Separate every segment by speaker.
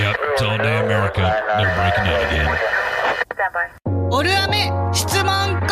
Speaker 1: Yep, it's all day America. They're breaking out again.
Speaker 2: オルアメ質問コーナー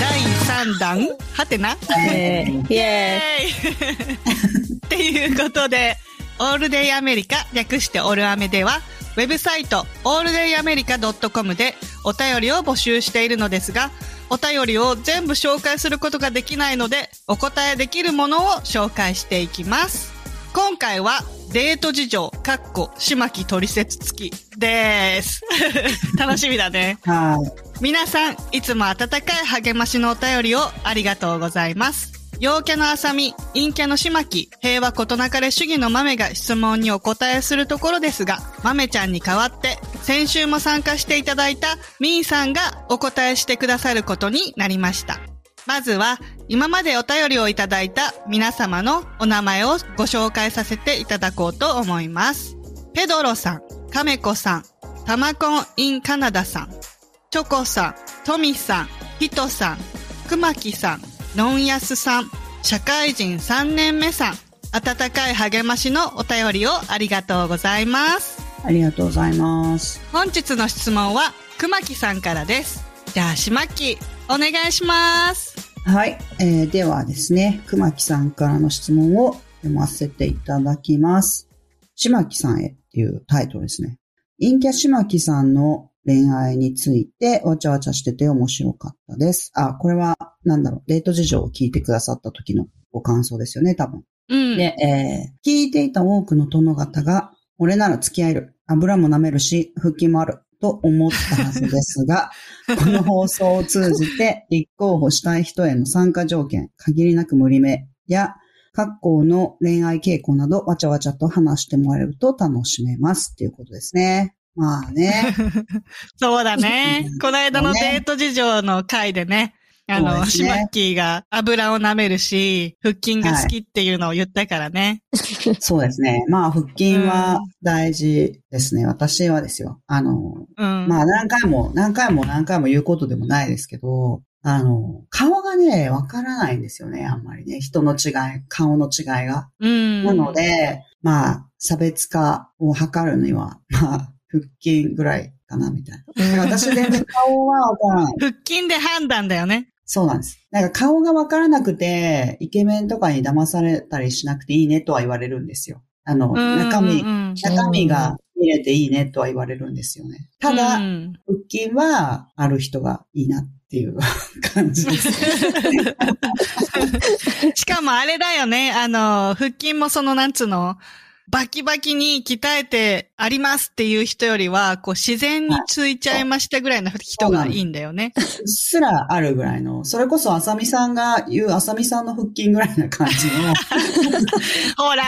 Speaker 2: 第3弾はてな
Speaker 3: イエ
Speaker 2: っていうことで、オールデイアメリカ、略してオルアメでは、ウェブサイト、オールデイアメリカ .com でお便りを募集しているのですが、お便りを全部紹介することができないので、お答えできるものを紹介していきます。今回は、デート事情、かっこ、しまき取説付きです。 楽しみだね。
Speaker 3: ーイはい。
Speaker 2: 皆さん、いつも温かい励ましのお便りをありがとうございます。陽キャのあさみ、陰キャのしまき、平和ことなかれ主義の豆が質問にお答えするところですが、豆ちゃんに代わって、先週も参加していただいたみーさんがお答えしてくださることになりました。まずは、今までお便りをいただいた皆様のお名前をご紹介させていただこうと思います。ペドロさん、カメコさん、タマコンインカナダさん、チョコさん、トミさん、ヒトさん、くまきさん、ノンヤスさん、社会人3年目さん、温かい励ましのお便りをありがとうございます。
Speaker 3: ありがとうございます。
Speaker 2: 本日の質問は、くまきさんからです。じゃあ、しまき、お願いします。
Speaker 3: はい。えーではですね、熊木さんからの質問を読ませていただきます。島木さんへっていうタイトルですね。陰キャ島木さんの恋愛についてわちゃわちゃしてて面白かったです。あ、これは、なんだろう、デート事情を聞いてくださった時のご感想ですよね、多分。
Speaker 2: うん。
Speaker 3: で、えー聞いていた多くの殿方が、俺なら付き合える。油も舐めるし、腹筋もある。と思ったはずですが、この放送を通じて、立候補したい人への参加条件、限りなく無理名や、各校の恋愛傾向など、わちゃわちゃと話してもらえると楽しめます。っていうことですね。まあね。
Speaker 2: そうだ ね。この間のデート事情の回でね、あ
Speaker 3: そう
Speaker 2: の、
Speaker 3: です
Speaker 2: し
Speaker 3: ね
Speaker 2: まきが油を舐めるし、腹筋が好きっていうのを言ったからね。
Speaker 3: そうですね。まあ、腹筋は大事ですね。私はですよ。あの、
Speaker 2: うん。
Speaker 3: まあ何回も何回も何回も言うことでもないですけど、あの、顔がね、わからないんですよね、あんまりね。人の違い、顔の違いが。
Speaker 2: うん。
Speaker 3: なので、まあ、差別化を図るには、まあ、腹筋ぐらいかな、みたいな。だから私全然顔はわからない。
Speaker 2: 腹筋で判断だよね。
Speaker 3: そうなんです。なんか顔がわからなくて、イケメンとかに騙されたりしなくていいねとは言われるんですよ。あの、
Speaker 2: うん
Speaker 3: 中身
Speaker 2: う、ん
Speaker 3: 中身が見れていいねとは言われるんですよね。ただ、
Speaker 2: うん
Speaker 3: 腹筋はある人がいいなっていう 感じです。
Speaker 2: しかもあれだよね、あの、腹筋もその、なんつうの、バキバキに鍛えてありますっていう人よりは、こう、自然についちゃいましたぐらいの人がいいんだよね。
Speaker 3: うっすらあるぐらいの、それこそあさみさんが言うあさみさんの腹筋ぐらいな感じ の、
Speaker 2: ほら、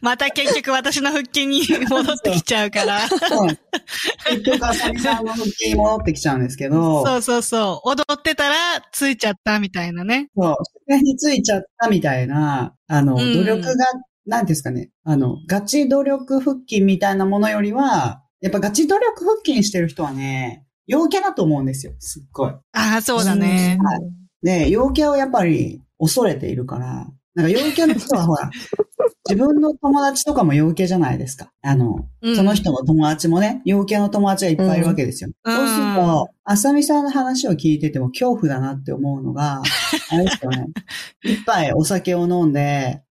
Speaker 2: また結局私の腹筋に戻ってきちゃうから。
Speaker 3: そうなんです結局あさみさんの腹筋に戻ってきちゃうんですけど、
Speaker 2: そうそうそう。踊ってたらついちゃったみたいなね。
Speaker 3: そう、自然についちゃったみたいな、あの、
Speaker 2: うん
Speaker 3: 努力が、なんていうんですかね、あの、ガチ努力腹筋みたいなものよりは、やっぱガチ努力腹筋してる人はね、陽キャだと思うんですよ、すっごい。
Speaker 2: ああ、そうだね。
Speaker 3: はい。で、陽キャをやっぱり恐れているから、なんか陽キャの人は ほら、自分の友達とかも陽キャじゃないですか。あの、
Speaker 2: うん
Speaker 3: その人の友達もね、陽キャの友達がいっぱいいるわけですよ。
Speaker 2: うん
Speaker 3: そうすると、あさみさんの話を聞いてても恐怖だなって思うのが、 あれですよね。一杯お酒を飲んで、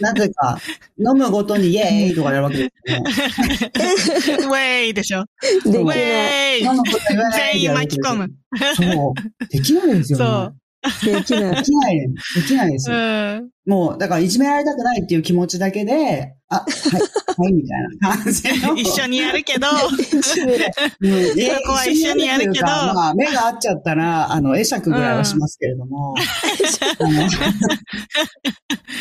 Speaker 3: なぜか、飲むごとにイエーイとかやるわけです よね。
Speaker 2: ウェイでしょ。
Speaker 3: で
Speaker 2: ウ
Speaker 3: き
Speaker 2: ェイ
Speaker 3: 飲むこと言わないでやるわけですよ
Speaker 2: 全員巻き込む。
Speaker 3: そう。できないんですよね。
Speaker 4: できない
Speaker 3: で。きないよ。できないです
Speaker 2: う
Speaker 3: よ。
Speaker 2: ん。
Speaker 3: もう、だからいじめられたくないっていう気持ちだけで、あ、 はい、はい、みたいな感じの。
Speaker 2: 一緒にやるけど、
Speaker 4: 締める
Speaker 3: うんえ
Speaker 2: そこは一緒にやるけ
Speaker 3: 一緒にやる
Speaker 2: ど
Speaker 3: というかまあ、目が合っちゃったら、あの、会釈ぐらいはしますけれども。あ の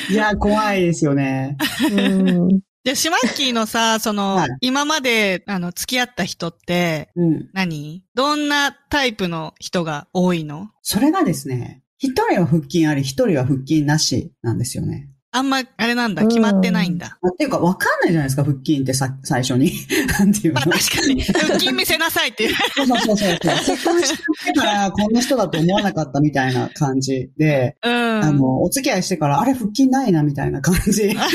Speaker 3: いや、怖いですよね。
Speaker 4: うん。
Speaker 2: じゃあ、シマッキーの さ、その、
Speaker 3: はい
Speaker 2: 今まで、あの、付き合った人って、
Speaker 3: うん。
Speaker 2: 何どんなタイプの人が多いの
Speaker 3: それがですね、一人は腹筋あり、一人は腹筋なしなんですよね。
Speaker 2: あんま、あれなんだ、決まってないんだ。
Speaker 3: あっていうか、わかんないじゃないですか、腹筋ってさ、最初に。 なんていうの
Speaker 2: まあ、確かに、腹筋見せなさいって いう。
Speaker 3: そうそうそうそう。結婚してから、こんな人だと思わなかったみたいな感じで、
Speaker 2: うん。
Speaker 3: あの、お付き合いしてから、あれ腹筋ないなみたいな感 じ。わ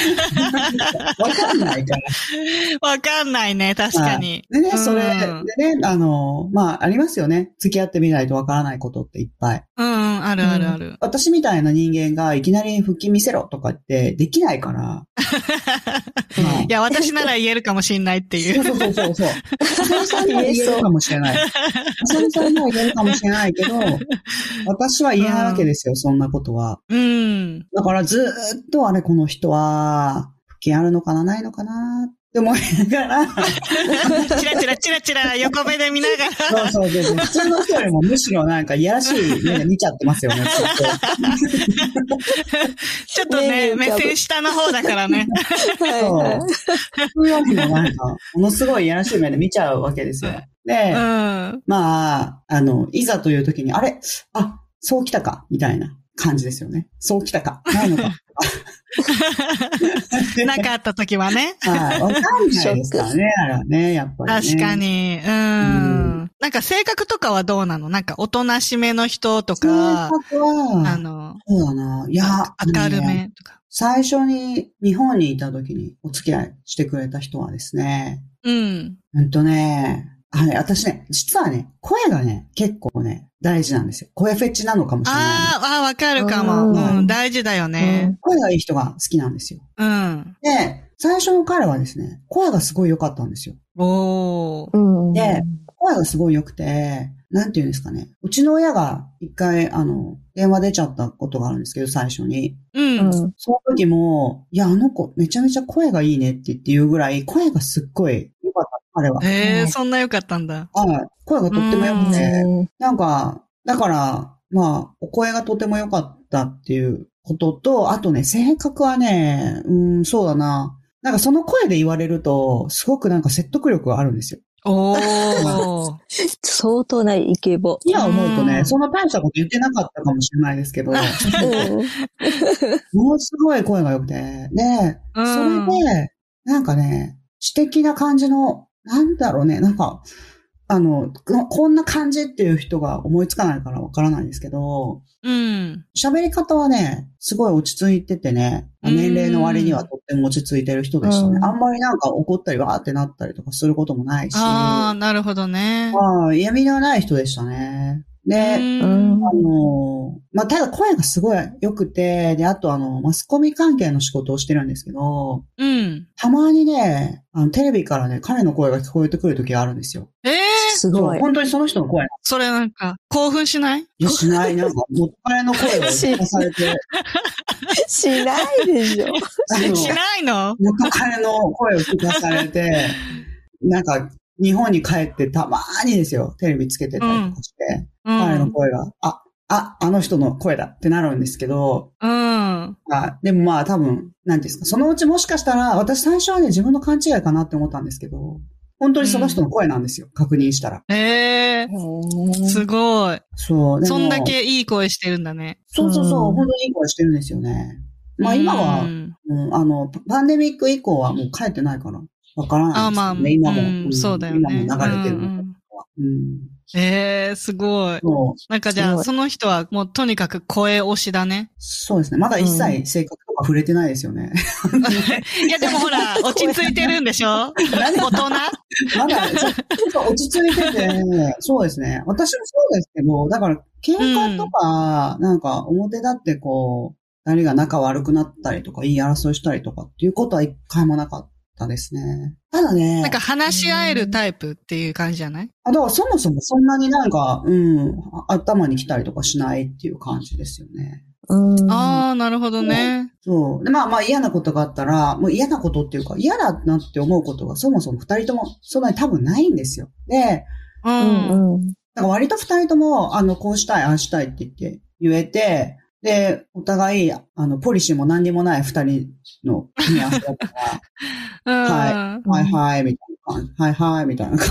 Speaker 3: かんないから。
Speaker 2: わかんないね、確かに。
Speaker 3: でね、それ
Speaker 2: うん、
Speaker 3: でね、あの、まあ、ありますよね。付き合ってみないとわからないことっていっぱい。
Speaker 2: うんうん、あるあるある。
Speaker 3: 私みたいな人間がいきなり腹筋見せろとかってできない から。はい
Speaker 2: いや、私なら言えるかもしんないってい
Speaker 3: そう
Speaker 2: う。
Speaker 3: そうそうそうそう。浅野さんには言えるかもしれない。 浅野さんには言えるかもしれないけど、私は言えないわけですよ、そんなことは。
Speaker 2: うん。
Speaker 3: だからずーっとあれ、この人は、腹筋あるのかな、ないのかな、って思いながら、
Speaker 2: チラチラチラチ ラ横目で見ながら。
Speaker 3: そうそうそうそう。普通の人よりもむしろなんかいやらしい目で見ちゃってますよね、きっと
Speaker 2: ちょっとね、
Speaker 4: 目に浮
Speaker 2: 目
Speaker 4: かぶ
Speaker 2: 線下の方だから ね。
Speaker 4: はいはい。
Speaker 3: そう。よりもなんか、ものすごいいやらしい目で見ちゃうわけですよ。
Speaker 2: う
Speaker 3: で、
Speaker 2: ん。
Speaker 3: まあ、あの、いざという時に、あれあ、そう来たかみたいな感じですよね。そう来たかない のか
Speaker 2: なんかあった時はね。
Speaker 3: はい。わかんないですからね、あれはね、やっぱり、ね。
Speaker 2: 確か。に。うん。
Speaker 3: う
Speaker 2: なんか性格とかはどうなのなんかおとなしめの人と
Speaker 3: 性
Speaker 2: か、
Speaker 3: 格は、
Speaker 2: あの、
Speaker 3: そうだな。いや、
Speaker 2: 明る
Speaker 3: あのね
Speaker 2: めとか。
Speaker 3: 最初に日本にいた時にお付き合いしてくれた人はですね、
Speaker 2: うん。
Speaker 3: うんとね、はい、私ね、実はね、声がね、結構ね、大事なんですよ。声フェチなのかもしれない。
Speaker 2: あーあー、わかるか
Speaker 4: う
Speaker 2: も。
Speaker 4: ん
Speaker 2: うん、大事だよね。
Speaker 3: 声がいい人が好きなんですよ。
Speaker 2: うん。
Speaker 3: で、最初の彼はですね、声がすごい良かったんですよ。
Speaker 2: おー。
Speaker 4: うん。
Speaker 3: で声がすごい良くて、なんて言うんですかね。うちの親が一回、あの、電話出ちゃったことがあるんですけど、最初に。
Speaker 2: う。
Speaker 4: うんん。
Speaker 3: その時も、いや、あの子、めちゃめちゃ声がいいねって言って言うぐらい、声がすっごい良かった、彼は。
Speaker 2: へえ
Speaker 4: う
Speaker 2: ー、
Speaker 4: ん
Speaker 2: そんな良かったんだ。
Speaker 3: はい。声がとっても良くて。
Speaker 4: うん
Speaker 3: なんか、だから、まあ、お声がとても良かったっていうことと、あとね、性格はね、うん、そうだな。なんかその声で言われると、すごくなんか説得力があるんですよ。
Speaker 2: おー。
Speaker 4: 相当ないイケボ。
Speaker 3: 今思うと
Speaker 2: う
Speaker 3: ね、
Speaker 2: ん
Speaker 3: そんな大したこと言ってなかったかもしれないです けど、も
Speaker 4: うん
Speaker 3: のすごい声が良くて、で、
Speaker 2: うん
Speaker 3: それで、なんかね、知的な感じの、なんだろうね、なんか、あの、ここんな感じっていう人が思いつかないからわからないですけど、
Speaker 2: うん。
Speaker 3: 喋り方はね、すごい落ち着いててね、
Speaker 2: うん
Speaker 3: 年齢の割にはとっても落ち着いてる人でしたね。
Speaker 4: うん
Speaker 3: あんまりなんか怒ったりわーってなったりとかすることもないし、
Speaker 2: ああ、なるほどね。
Speaker 3: はい嫌味のない人でしたね。で、
Speaker 2: うん
Speaker 3: あのーまあ、ただ声がすごい良くて、で、あとあの、マスコミ関係の仕事をしてるんですけど、
Speaker 2: うん。
Speaker 3: たまにね、あの、テレビからね、彼の声が聞こえてくる時があるんですよ。
Speaker 2: ええー、
Speaker 4: すご
Speaker 3: そう
Speaker 4: い。
Speaker 3: 本当にその人の 声。
Speaker 2: それなんか、興奮しない
Speaker 3: いや、しない。なんか、元彼の声を聞かされて、
Speaker 4: しないでしょ。
Speaker 3: あの
Speaker 2: しないの
Speaker 3: 元彼の声を聞かされ て、なんか、日本に帰ってたまーにですよ、テレビつけてたりとかして、
Speaker 2: うん。
Speaker 3: 彼の声が、あ、あ、あの人の声だってなるんですけど、
Speaker 2: うん。
Speaker 3: あでもまあ多分、なんていうんですか、そのうちもしかしたら、私最初はね、自分の勘違いかなって思ったんですけど、本当にその人の声なんですよ、確認したら。
Speaker 2: ええー、すごい。
Speaker 3: そう、でも
Speaker 2: そんだ。けいい声してるんだね。
Speaker 3: そうそうそう、
Speaker 4: うん
Speaker 3: 本当にいい声してるんですよね。まあ今は
Speaker 2: う、ん
Speaker 3: うん、あの、パンデミック以降はもう帰ってないから、わから
Speaker 2: あ
Speaker 3: な
Speaker 2: あ、
Speaker 3: いです
Speaker 2: まあ、
Speaker 3: よね、今も、
Speaker 2: うん
Speaker 3: ん
Speaker 2: そうだよね。
Speaker 3: 今も流れてる
Speaker 2: う
Speaker 3: の
Speaker 2: んう
Speaker 3: か
Speaker 2: ん
Speaker 3: うん。
Speaker 2: ええー、すごい。
Speaker 3: そう
Speaker 2: なんかじゃ
Speaker 4: す
Speaker 2: あ、
Speaker 4: ごい
Speaker 2: その人はもうとにかく声推し だね。
Speaker 3: そうですね。まだ一切性格とか触れてないですよね。
Speaker 2: いや、でもほら、落ち着いてるんで しょ 大人
Speaker 3: まだ、ちょっと落ち着いてて、そうですね。私もそうですけど、だから、喧嘩とか、なんか表立ってこう、誰が仲悪くなったりとか、言い争いしたりとかっていうことは一回もなかっったですね。ただね、
Speaker 2: なんか話し合えるタイプっていう感じじゃない
Speaker 3: あだからそもそもそんなになんか、うん、あ頭に来たりとかしないっていう感じですよね。
Speaker 4: うん。
Speaker 2: ああ、なるほどね。
Speaker 3: そう。で、まあまあ嫌なことがあったら、もう嫌なことっていうか、嫌だなって思うことがそもそも二人ともそんなに多分ないんですよ。で、
Speaker 2: う。
Speaker 4: うんん。うん。
Speaker 3: なんか割と二人とも、あの、こうしたい、ああしたいって言って、言えて、で、お互い、あの、ポリシーも何にもない二人の組み合わせだったから、
Speaker 2: うん。
Speaker 3: は
Speaker 4: ん
Speaker 3: はいはい、みたいな感じ、はいはい、みたいな 感じ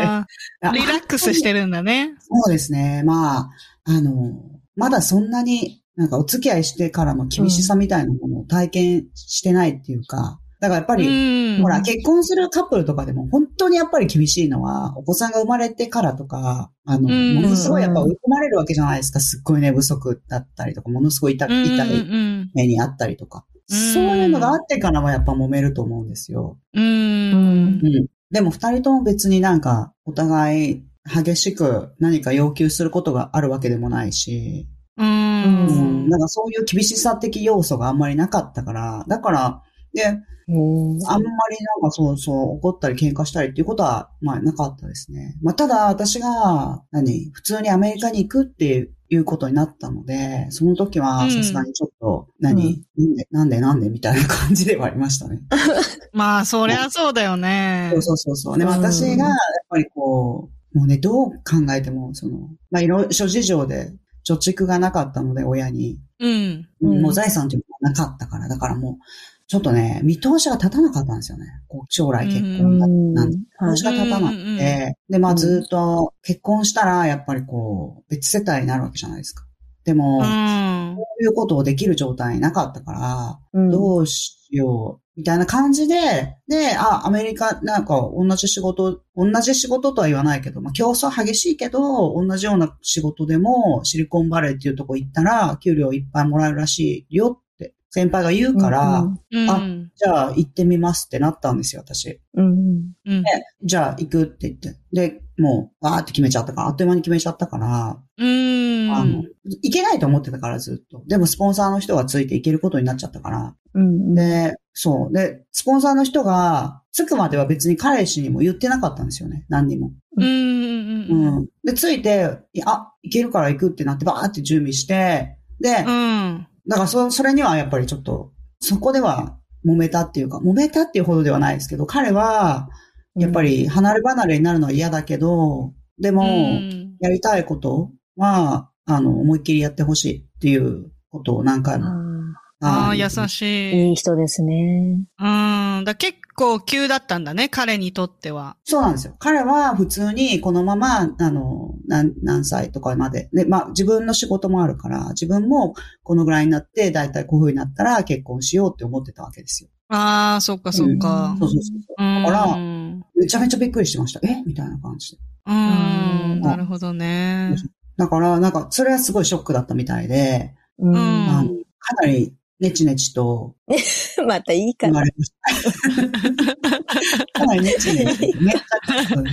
Speaker 3: で。
Speaker 2: ああ、リラックスしてるんだね。
Speaker 3: そうですね。まあ、あの、まだそんなに、なんかお付き合いしてからの厳しさみたいなものを体験してないっていうか、だからやっぱ
Speaker 2: う
Speaker 3: り、
Speaker 2: ん。
Speaker 3: ほら、結婚するカップルとかでも本当にやっぱり厳しいのは、お子さんが生まれてからとか、あの、
Speaker 2: うん
Speaker 3: ものすごいやっぱ追い込まれるわけじゃないですか。すっごい寝不足だったりとか、ものすごい痛
Speaker 2: うん
Speaker 3: い痛い
Speaker 2: うん
Speaker 3: 目にあったりとか。
Speaker 2: うん
Speaker 3: そういうのがあってからもやっぱ揉めると思うんですよ。
Speaker 2: うん。う
Speaker 3: う。
Speaker 2: ん
Speaker 3: ん。でも二人とも別になんか、お互い激しく何か要求することがあるわけでもないし、
Speaker 2: うん。
Speaker 3: う。
Speaker 4: うん
Speaker 3: なんかそういう厳しさ的要素があんまりなかったから、だから、で、あんまりなんかそうそう怒ったり喧嘩したりっていうことは、まあなかったですね。まあただ私が、何、普通にアメリカに行くっていうことになったので、その時
Speaker 2: う
Speaker 3: は
Speaker 2: ん
Speaker 3: さすがにちょっと、何、なんで、なんで、なんでみたいな感じではありましたね。
Speaker 2: まあ、そりゃそうだよね
Speaker 3: そう。そうそうそう。で、
Speaker 4: うん
Speaker 3: 私が、やっぱりこう、もうね、どう考えても、その、まあ、いろいろ諸事情で、貯蓄がなかったので、親に。
Speaker 2: うん。
Speaker 4: うん
Speaker 3: もう財産というのがなかったから、だからもう、ちょっとね、見通しが立たなかったんですよね。こう将来結婚だ、
Speaker 4: うん
Speaker 3: なんて
Speaker 4: はい
Speaker 3: 見通しが立たな
Speaker 2: うんうんうん
Speaker 3: くて、で、まあずっと結婚したら、やっぱりこう、別世帯になるわけじゃないですか。でも、
Speaker 2: う
Speaker 3: こ
Speaker 2: ん。
Speaker 3: ういうことをできる状態になかったから、
Speaker 4: うん
Speaker 3: どうしよう、みたいな感じで、で、あ、アメリカ、なんか同じ仕事、同じ仕事とは言わないけど、まあ競争激しいけど、同じような仕事でもシリコンバレーっていうとこ行ったら、給料いっぱいもらえるらしいよって、先輩が言うから、
Speaker 4: うん
Speaker 2: うん。
Speaker 3: じゃあ行ってみますってなったんですよ、私。
Speaker 4: うん。
Speaker 2: うん。
Speaker 3: じゃあ行くって言って。で、もう、わーって決めちゃったから、あっという間に決めちゃったから、
Speaker 2: うん。
Speaker 3: あの、行けないと思ってたからずっと。でもスポンサーの人がついて行けることになっちゃったから、
Speaker 4: うん。
Speaker 3: で、そう。で、スポンサーの人が、着くまでは別に彼氏にも言ってなかったんですよね。何にも。
Speaker 2: うん。
Speaker 3: う
Speaker 2: うん。
Speaker 3: ん。で、着いて、いやあ、行けるから行くってなって、バーって準備して、で、
Speaker 2: うん。
Speaker 3: だからそ、それにはやっぱりちょっと、そこでは揉めたっていうか、揉めたっていうほどではないですけど、彼は、やっぱり離れ離れになるのは嫌だけど、でも、
Speaker 2: うん
Speaker 3: やりたいことは、あの、思いっきりやってほしいっていうことを何回
Speaker 4: あ
Speaker 3: も。
Speaker 2: ああ、優
Speaker 3: しい。
Speaker 4: ー
Speaker 2: しい。
Speaker 4: いい人ですね。
Speaker 2: うん。だ結構急だったんだね、彼にとっては。
Speaker 3: そうなんですよ。彼は普通にこのまま、あの、何何歳とかまで。で、まあ自分の仕事もあるから、自分もこのぐらいになって、だいたいこういう風になったら結婚しようって思ってたわけですよ。
Speaker 2: ああ、そっかそっか
Speaker 4: ん。
Speaker 3: そうそうそうそう。
Speaker 2: うん。
Speaker 3: だから
Speaker 2: うん。
Speaker 3: めちゃめちゃびっくりしてました。えみたいな感じで。
Speaker 4: ん
Speaker 2: なるほどね。
Speaker 3: だから、なんか、それはすごいショックだったみたいで、
Speaker 4: う
Speaker 2: うん
Speaker 3: あのかなり、ネチネチと
Speaker 4: またいいか
Speaker 3: 言
Speaker 4: な
Speaker 3: わ。れました。かなりネチネチ。めっちゃ、うん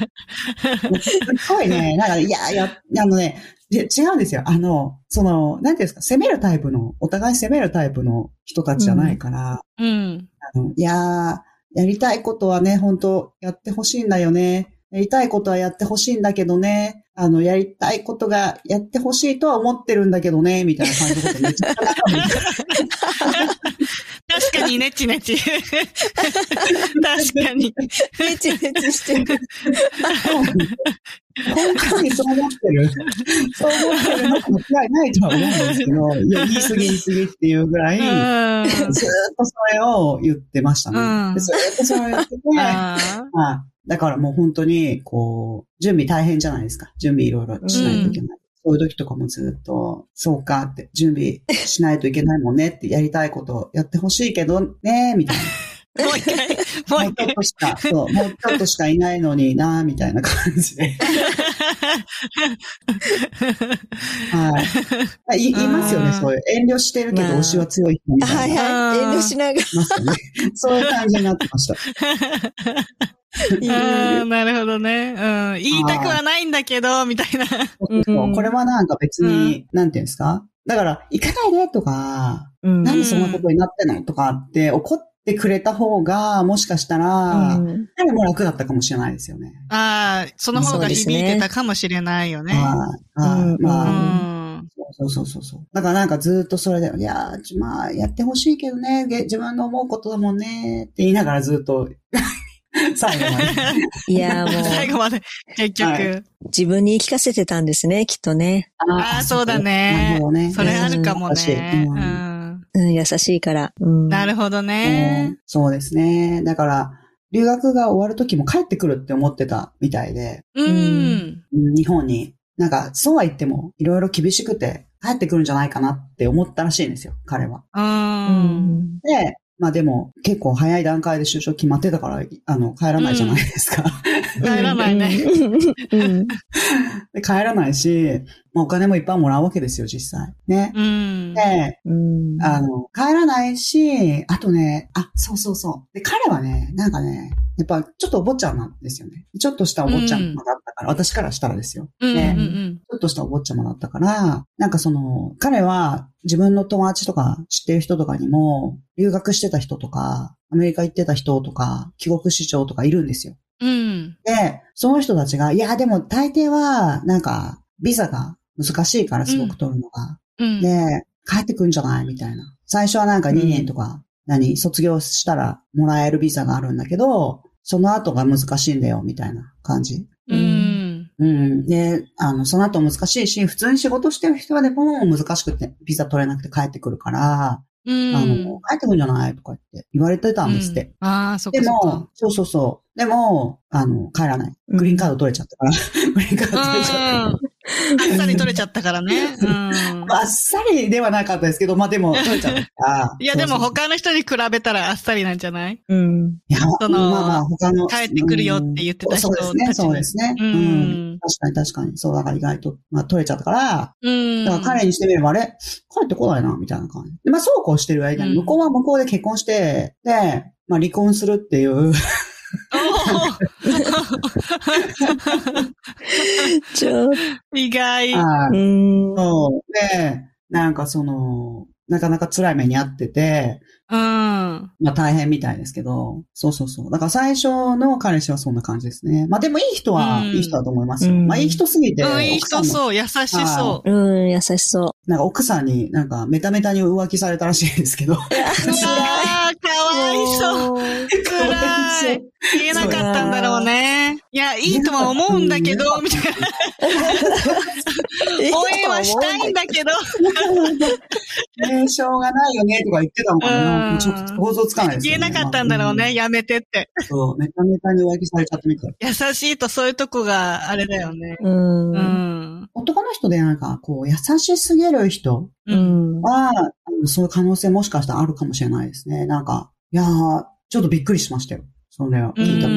Speaker 3: すごいね、なんか、いや、いや、あのね、いや違うんですよ。あの、その、なんていうんですか、攻めるタイプの、お互い攻めるタイプの人たちじゃないから、
Speaker 2: うん。
Speaker 3: あのいやー、やりたいことはね、本当やってほしいんだよね。やりたいことはやってほしいんだけどね。あの、やりたいことがやってほしいとは思ってるんだけどね、みたいな感じのことめっちゃ言ってたんですよ
Speaker 2: 確かに、ネチネ チ。確かに。
Speaker 4: ネチネチしてる。
Speaker 3: 本当に そう思ってる。そう思ってるのかもしれないとは思うんですけど、いや、言い過ぎ言い過ぎっていうぐらい、
Speaker 2: うん。
Speaker 3: ずーっとそれを言ってましたね。
Speaker 2: うん
Speaker 3: でずーっとそれを言 ってて、ま
Speaker 2: あー
Speaker 3: あ、だからもう本当に、こう、準備大変じゃないですか。準備いろいろしないといけない。そういう時とかもずっと、そうかって、準備しないといけないもんねって、やりたいことやってほしいけどね、みたい
Speaker 2: もう一回、
Speaker 3: な。
Speaker 2: も
Speaker 3: も
Speaker 2: う
Speaker 3: う
Speaker 2: 一
Speaker 3: ちょっ
Speaker 2: 回。
Speaker 3: としか、そう、もうちょっとしかいないのにな、みたいな感じ で。はい。い、いますよ
Speaker 2: う
Speaker 3: ね、
Speaker 2: ん
Speaker 3: そういう。遠慮してるけど、
Speaker 4: まあ
Speaker 3: 推しは強い人みた
Speaker 4: はいい
Speaker 3: な。い
Speaker 4: はい。遠慮しながら
Speaker 3: ますよね。 そういう感じになってました。
Speaker 4: い
Speaker 2: あ
Speaker 4: る
Speaker 2: ー。 なるほどね。うん。言いたくはないんだけど、みたいな。
Speaker 3: そうそう
Speaker 4: うん
Speaker 3: これはなんか別に、なんていうんですかだから、行かないでとか、
Speaker 4: うん
Speaker 3: なんでそんなことになってないとかって怒ってくれた方が、もしかしたら、
Speaker 4: うん
Speaker 3: 彼も楽だったかもしれないですよね。
Speaker 2: ああ、その方が響いてたかもしれないよね。
Speaker 3: はい。は
Speaker 4: うん
Speaker 3: い。まあ、
Speaker 2: うん。
Speaker 3: そうそうそうそう。だからなんかずっとそれで、いやー、ちまあ、やってほしいけどね、げ自分の思うことだもんね、って言いながらずっと、 最後まで。
Speaker 4: いやーも、
Speaker 2: 最後まで、結局。
Speaker 3: はい
Speaker 4: 自分に言い聞かせてたんですね、きっとね。
Speaker 2: ああ、そうだね
Speaker 3: なるほどね。
Speaker 2: それあるかもね。
Speaker 3: うん
Speaker 2: うん
Speaker 4: うん、優しいから。うん、
Speaker 2: なるほどね
Speaker 3: うん。そうですね。だから、留学が終わる時も帰ってくるって思ってたみたいで、
Speaker 2: う
Speaker 4: うん
Speaker 2: ん。
Speaker 3: うん日本に。なんか、そうは言っても、いろいろ厳しくて、帰ってくるんじゃないかなって思ったらしいんですよ、彼は。
Speaker 2: う。
Speaker 4: うんん。
Speaker 3: で、まあでも、結構早い段階で就職決まってたから、あの、帰らないじゃないですか。
Speaker 2: 帰らないね。
Speaker 4: うん。
Speaker 3: で帰らないし、まあお金もいっぱいもらうわけですよ、実際。ね。
Speaker 2: うん。
Speaker 3: で、
Speaker 4: うん。
Speaker 3: あの、帰らないし、あとね、あ、そうそうそう。で、彼はね、なんかね、やっぱちょっとお坊ちゃんなんですよね。ちょっとしたお坊ちゃまだったから、私からしたらですよ。
Speaker 2: うんうん
Speaker 3: ね
Speaker 2: うん
Speaker 3: ちょっとしたお坊ちゃまだったから、なんかその、彼は自分の友達とか知ってる人とかにも、留学してた人とか、アメリカ行ってた人とか、帰国子女とかいるんですよ。
Speaker 2: うん。
Speaker 3: で、その人たちが、いや、でも大抵は、なんか、ビザが難しいからすごく取るのが。
Speaker 2: うん。
Speaker 3: で、帰ってくんじゃないみたいな。最初はなんか2年とか、何、卒業したらもらえるビザがあるんだけど、その後が難しいんだよ、みたいな感じ。
Speaker 2: うん。
Speaker 3: うん。で、あの、その後難しいし、普通に仕事してる人はでも難しくて、ビザ取れなくて帰ってくるから、
Speaker 2: うん。
Speaker 3: あの、帰ってくんじゃないとか言って言われてたんですって。
Speaker 2: うん。ああ、そっ
Speaker 3: で
Speaker 2: かそっか
Speaker 3: も。、そうそうそう。でも、あの、帰らない。グリーンカード取れちゃったから。 グリーンカード取れちゃっ
Speaker 2: うんあっさり取れちゃったからね。うん
Speaker 3: た。まあ。あっさりではなかったですけど、まあでも取れちゃったから。
Speaker 2: いや、でも
Speaker 3: そうそう
Speaker 2: 他の人に比べたらあっさりなんじゃない
Speaker 4: うん。
Speaker 3: いや、
Speaker 2: その
Speaker 3: まあまあ他の。
Speaker 2: 帰ってくるよって言ってた人
Speaker 3: うんそうですね、
Speaker 2: たち
Speaker 3: そうですね。
Speaker 2: う
Speaker 3: うん。
Speaker 2: ん。
Speaker 3: 確かに確かに。そう、だから意外と、まあ取れちゃったから、
Speaker 2: うん。
Speaker 3: だから彼にしてみれば、あれ帰ってこないな、みたいな感じ。でまあ、そうこうしてる間
Speaker 2: う
Speaker 3: に、
Speaker 2: ん
Speaker 3: 向こうは向こうで結婚して、で、まあ、離婚するっていう。
Speaker 4: ちょっ
Speaker 2: おー意外。
Speaker 3: あ
Speaker 4: と、うん。
Speaker 3: そう。で、なんかその、なかなか辛い目に遭ってて、
Speaker 2: うん。
Speaker 3: まあ大変みたいですけど、そうそうそう。だから最初の彼氏はそんな感じですね。まあでもいい人は、
Speaker 2: うん
Speaker 3: いい人だと思いますよ。
Speaker 4: うん
Speaker 3: まあいい人すぎて、
Speaker 2: うん、いい
Speaker 3: 奥さ
Speaker 2: 人
Speaker 3: んも
Speaker 2: そう、優しそう。
Speaker 4: うん、優しそ
Speaker 3: なんか奥さんになんかメタメタに浮気されたらしいですけど。
Speaker 2: うわー、か
Speaker 4: う。
Speaker 2: わいそう。
Speaker 4: う。
Speaker 2: 辛い。言えなかったんだろうね。いや、いいとは思うんだけど、みたいな。応援はしたいんだけど。
Speaker 3: ねしょうがないよね、とか言ってたのかな。
Speaker 2: うん
Speaker 3: ちょっと想像つかないです
Speaker 2: 言
Speaker 3: よ
Speaker 2: え
Speaker 3: ね、
Speaker 2: なかったんだろう
Speaker 3: まあ
Speaker 2: ね。。やめてって。
Speaker 3: うんそう、めためたに浮気されちゃったみたい。
Speaker 2: 優しいとそういうとこがあれだよね。
Speaker 4: うん。
Speaker 2: う
Speaker 4: うん。
Speaker 2: ん。
Speaker 3: 男の人でなんか、こう、優しすぎる人
Speaker 4: うん。
Speaker 3: は、あのそういう可能性もしかしたらあるかもしれないですね。なんか、いやー、ちょっとびっくりしましたよ。それを聞いた時。
Speaker 2: う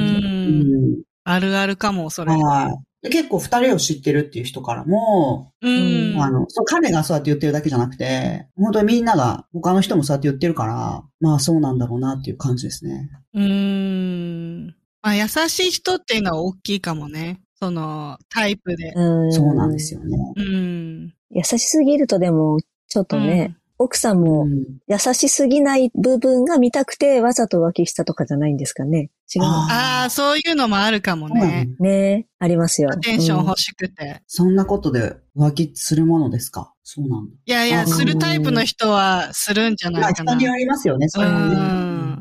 Speaker 2: ん。あるあるかも、それ
Speaker 3: うん。。はい。で結構二人を知ってるっていう人からも、
Speaker 2: うん。
Speaker 3: あの、そう、彼がそうやって言ってるだけじゃなくて、本当にみんなが、他の人もそうやって言ってるから、まあそうなんだろうなっていう感じですね。
Speaker 2: うーん。まあ、優しい人っていうのは大きいかもね。その、タイプで。
Speaker 4: うん
Speaker 3: そうなんですよね。
Speaker 2: うん。
Speaker 4: 優しすぎるとでも、ちょっとね、奥さん
Speaker 3: う
Speaker 4: も
Speaker 3: ん
Speaker 4: 優しすぎない部分が見たくてわざと浮気したとかじゃないんですかね。違うの
Speaker 3: あ
Speaker 2: ああ、そういうのもあるかもね。
Speaker 4: ねありますよ。
Speaker 2: テンション
Speaker 4: うん
Speaker 2: 欲しくて。
Speaker 3: そんなことで浮気するものですかそうなんだ。
Speaker 2: いやいや、
Speaker 4: あー
Speaker 2: するタイプの人はするんじゃ
Speaker 3: ま
Speaker 2: な
Speaker 3: あ
Speaker 2: いか
Speaker 3: 人
Speaker 2: な。
Speaker 3: によりますよね、それはね。
Speaker 2: う
Speaker 3: うん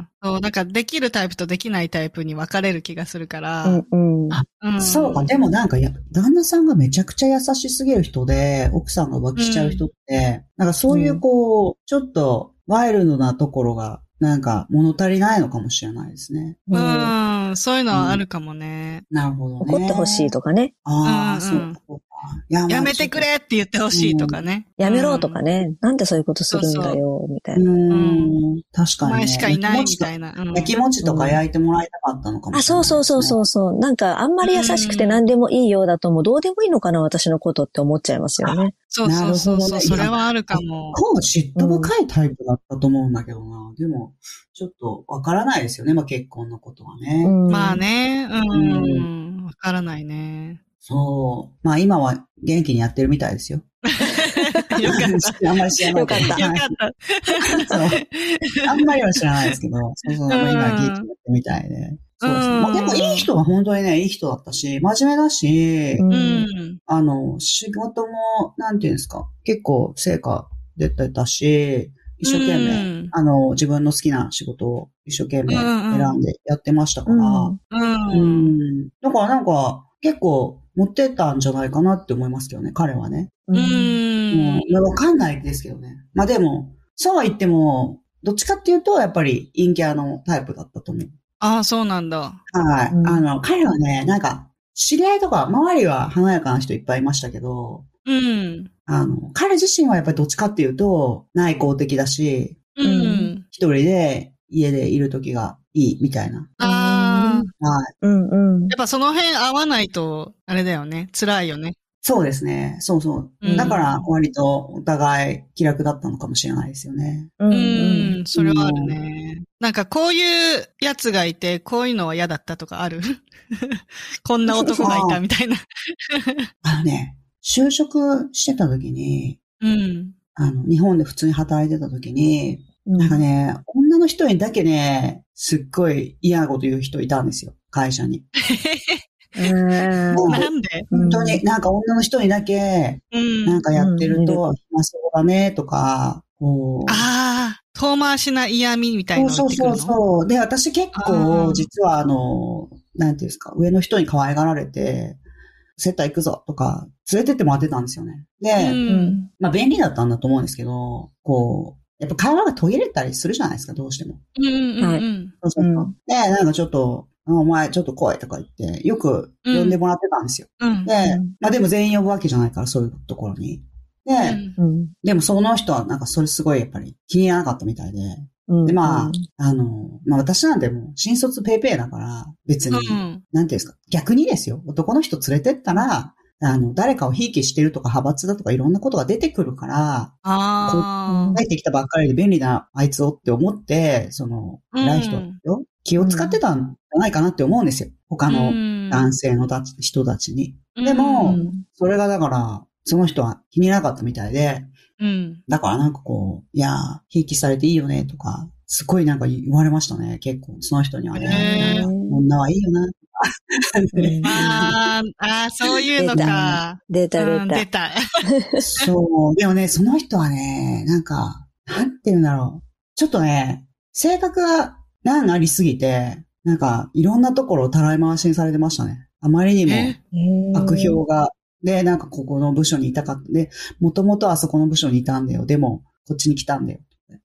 Speaker 2: ん。そう、なんかできるタイプとできないタイプに分かれる気がするから。
Speaker 4: うんうん。
Speaker 3: あ
Speaker 2: うん。
Speaker 3: そうか、でもなんかや、旦那さんがめちゃくちゃ優しすぎる人で、奥さんが浮気しちゃう人って、なんかそういうこう、ちょっとワイルドなところが、なんか物足りないのかもしれないですね。
Speaker 2: う
Speaker 4: う
Speaker 2: んん。そういうのはあるかもね。
Speaker 3: なるほどね。
Speaker 4: 怒ってほしいとかね。
Speaker 3: ああ、
Speaker 2: うん
Speaker 3: そううんか、そうか。いやまあ
Speaker 2: やめてくれって言ってほしいとかね。
Speaker 4: やめろとかね。なんでそういうことするんだよ、みた
Speaker 3: う
Speaker 4: いな。
Speaker 3: ん、確
Speaker 2: う
Speaker 3: か
Speaker 2: ん。
Speaker 3: に、ね。
Speaker 2: 前しかいないみ
Speaker 3: い
Speaker 2: たいな。うん
Speaker 3: やきもちとか焼いてもらいたかったのかも
Speaker 4: あ、
Speaker 3: しれ
Speaker 4: そ
Speaker 3: ない
Speaker 4: う
Speaker 3: ですね、
Speaker 4: そうそうそうそう。なんか、あんまり優しくて何でもいいようだと、もうどうでもいいのかな、私のことって思っちゃいますよね。
Speaker 2: そうそうそうそう。
Speaker 3: なるほどね
Speaker 2: それはあるかも。
Speaker 3: こう嫉妬深いタイプだったと思うんだけどな。でも、ちょっとわからないですよね。まあ結婚のことはね。
Speaker 4: うん
Speaker 2: まあ。ね、うん
Speaker 3: う
Speaker 2: わからないね。
Speaker 3: そう。まあ今は元気にやってるみたいですよ。
Speaker 2: よかった。
Speaker 3: あんまり知らないけど。
Speaker 4: よ
Speaker 2: よ
Speaker 3: はい
Speaker 2: かった。
Speaker 3: そうあんまりは知らないですけど、そうそう、
Speaker 2: ん
Speaker 3: 今聞いてみたいで。そうですね。まあ、でもいい人は本当にね、いい人だったし、真面目だし、
Speaker 4: う。
Speaker 2: うんん。
Speaker 3: あの、仕事も、なんていうんですか、結構成果出てたし、一生懸命、
Speaker 2: 命。
Speaker 3: あの、自分の好きな仕事を一生懸命
Speaker 2: うんうん
Speaker 3: 選んでやってましたか
Speaker 4: う
Speaker 3: ら、
Speaker 4: ん。
Speaker 2: う。
Speaker 3: うんん。だからなんか、結構持ってったんじゃないかなって思いますけどね、彼はね。
Speaker 4: う。
Speaker 2: うんん
Speaker 3: もう、わかんないですけどね。まあでも、そうは言っても、どっちかっていうと、やっぱり陰キャのタイプだったと思う。
Speaker 2: ああ、そうなんだ。
Speaker 3: はい。
Speaker 4: うん
Speaker 3: あの、彼はね、なんか、知り合いとか、周りは華やかな人いっぱいいましたけど、
Speaker 2: うん。
Speaker 3: あの、彼自身はやっぱりどっちかっていうと、内向的だし、
Speaker 2: う。
Speaker 4: うん
Speaker 3: 一人で家でいる時がいいみたいな。
Speaker 2: ああ、
Speaker 3: はい。
Speaker 4: うん。うん
Speaker 2: やっぱその辺合わないと、あれだよね。辛いよね。
Speaker 3: そうですね。そうそうう。
Speaker 2: ん
Speaker 3: だから、割とお互い気楽だったのかもしれないですよね。
Speaker 4: う。
Speaker 2: うんん。それはあるね。なんかこういうやつがいて、こういうのは嫌だったとかある こんな男がいたみたいな。
Speaker 3: あのね、就職してた時に、
Speaker 2: うん。
Speaker 3: あの、日本で普通に働いてた時に、
Speaker 4: うん
Speaker 3: なんかね、女の人にだけね、すっごい嫌なこと言う人いたんですよ、会社に。
Speaker 4: うん
Speaker 3: もう
Speaker 2: なんで
Speaker 4: うん
Speaker 3: 本当に、なんか女の人にだけ、
Speaker 2: う
Speaker 3: なん
Speaker 2: ん。
Speaker 3: かやってる
Speaker 4: う
Speaker 3: と、暇そうだね、とか、こう。
Speaker 2: ああ、遠回しな嫌味みたいなの
Speaker 3: そう
Speaker 2: 言ってくる
Speaker 3: そ
Speaker 2: の
Speaker 3: うそう。で、私結
Speaker 2: あー
Speaker 3: 構、実はあの、なんていうんですか、上の人に可愛がられて、接待行くぞとか、連れてってもらってたんですよね。で、
Speaker 2: うん。
Speaker 3: まあ便利だったんだと思うんですけど、こう、やっぱ会話が途切れたりするじゃないですか、どうしても。
Speaker 2: うんうんうん
Speaker 4: は
Speaker 2: う
Speaker 4: い
Speaker 2: ん。
Speaker 3: そうそう
Speaker 4: うん
Speaker 3: で、なんかちょっと、あお前ちょっと来いとか言って、よく呼んでもらってたんですよ。
Speaker 2: うん。
Speaker 3: で
Speaker 4: うん、
Speaker 3: まあでも全員呼ぶわけじゃないから、そういうところに。で、
Speaker 4: うん
Speaker 3: でもその人はなんかそれすごいやっぱり気に入らなかったみたいで、
Speaker 4: うん
Speaker 3: で、まあ、あの、まあ私なんてもう新卒ペイペイだから、別に、
Speaker 2: うん
Speaker 3: なんていうんですか、逆にですよ、男の人連れてったら、あの、誰かをひいきしてるとか派閥だとかいろんなことが出てくるから、
Speaker 2: ああ。
Speaker 3: 入ってきたばっかりで便利なあいつをって思って、その、
Speaker 2: うん
Speaker 3: 偉い人よ、気を使ってたんじゃないかなって思うんですよ。他の男性のたち人たちに。でも
Speaker 2: うん
Speaker 3: それがだから、その人は気になかったみたいで、
Speaker 2: うん。
Speaker 3: だからなんかこう、いやー、ひいきされていいよねとか、すごいなんか言われましたね、結構。その人には
Speaker 2: へ
Speaker 3: ね。
Speaker 4: ー
Speaker 3: 女はいいよな、とか。
Speaker 4: うん
Speaker 2: あーあー、そういうのか。
Speaker 4: 出た
Speaker 2: うん
Speaker 4: 出
Speaker 2: 出
Speaker 4: た。
Speaker 2: た。
Speaker 3: そう。でもね、その人はね、なんか、なんて言うんだろう。ちょっとね、性格が難ありすぎて、なんか、いろんなところをたらい回しにされてましたね。あまりにも
Speaker 2: え
Speaker 3: 悪評が。で、なんかここの部署にいたかった。で、もともとあそこの部署にいたんだよ。でも、こっちに来たんだよ。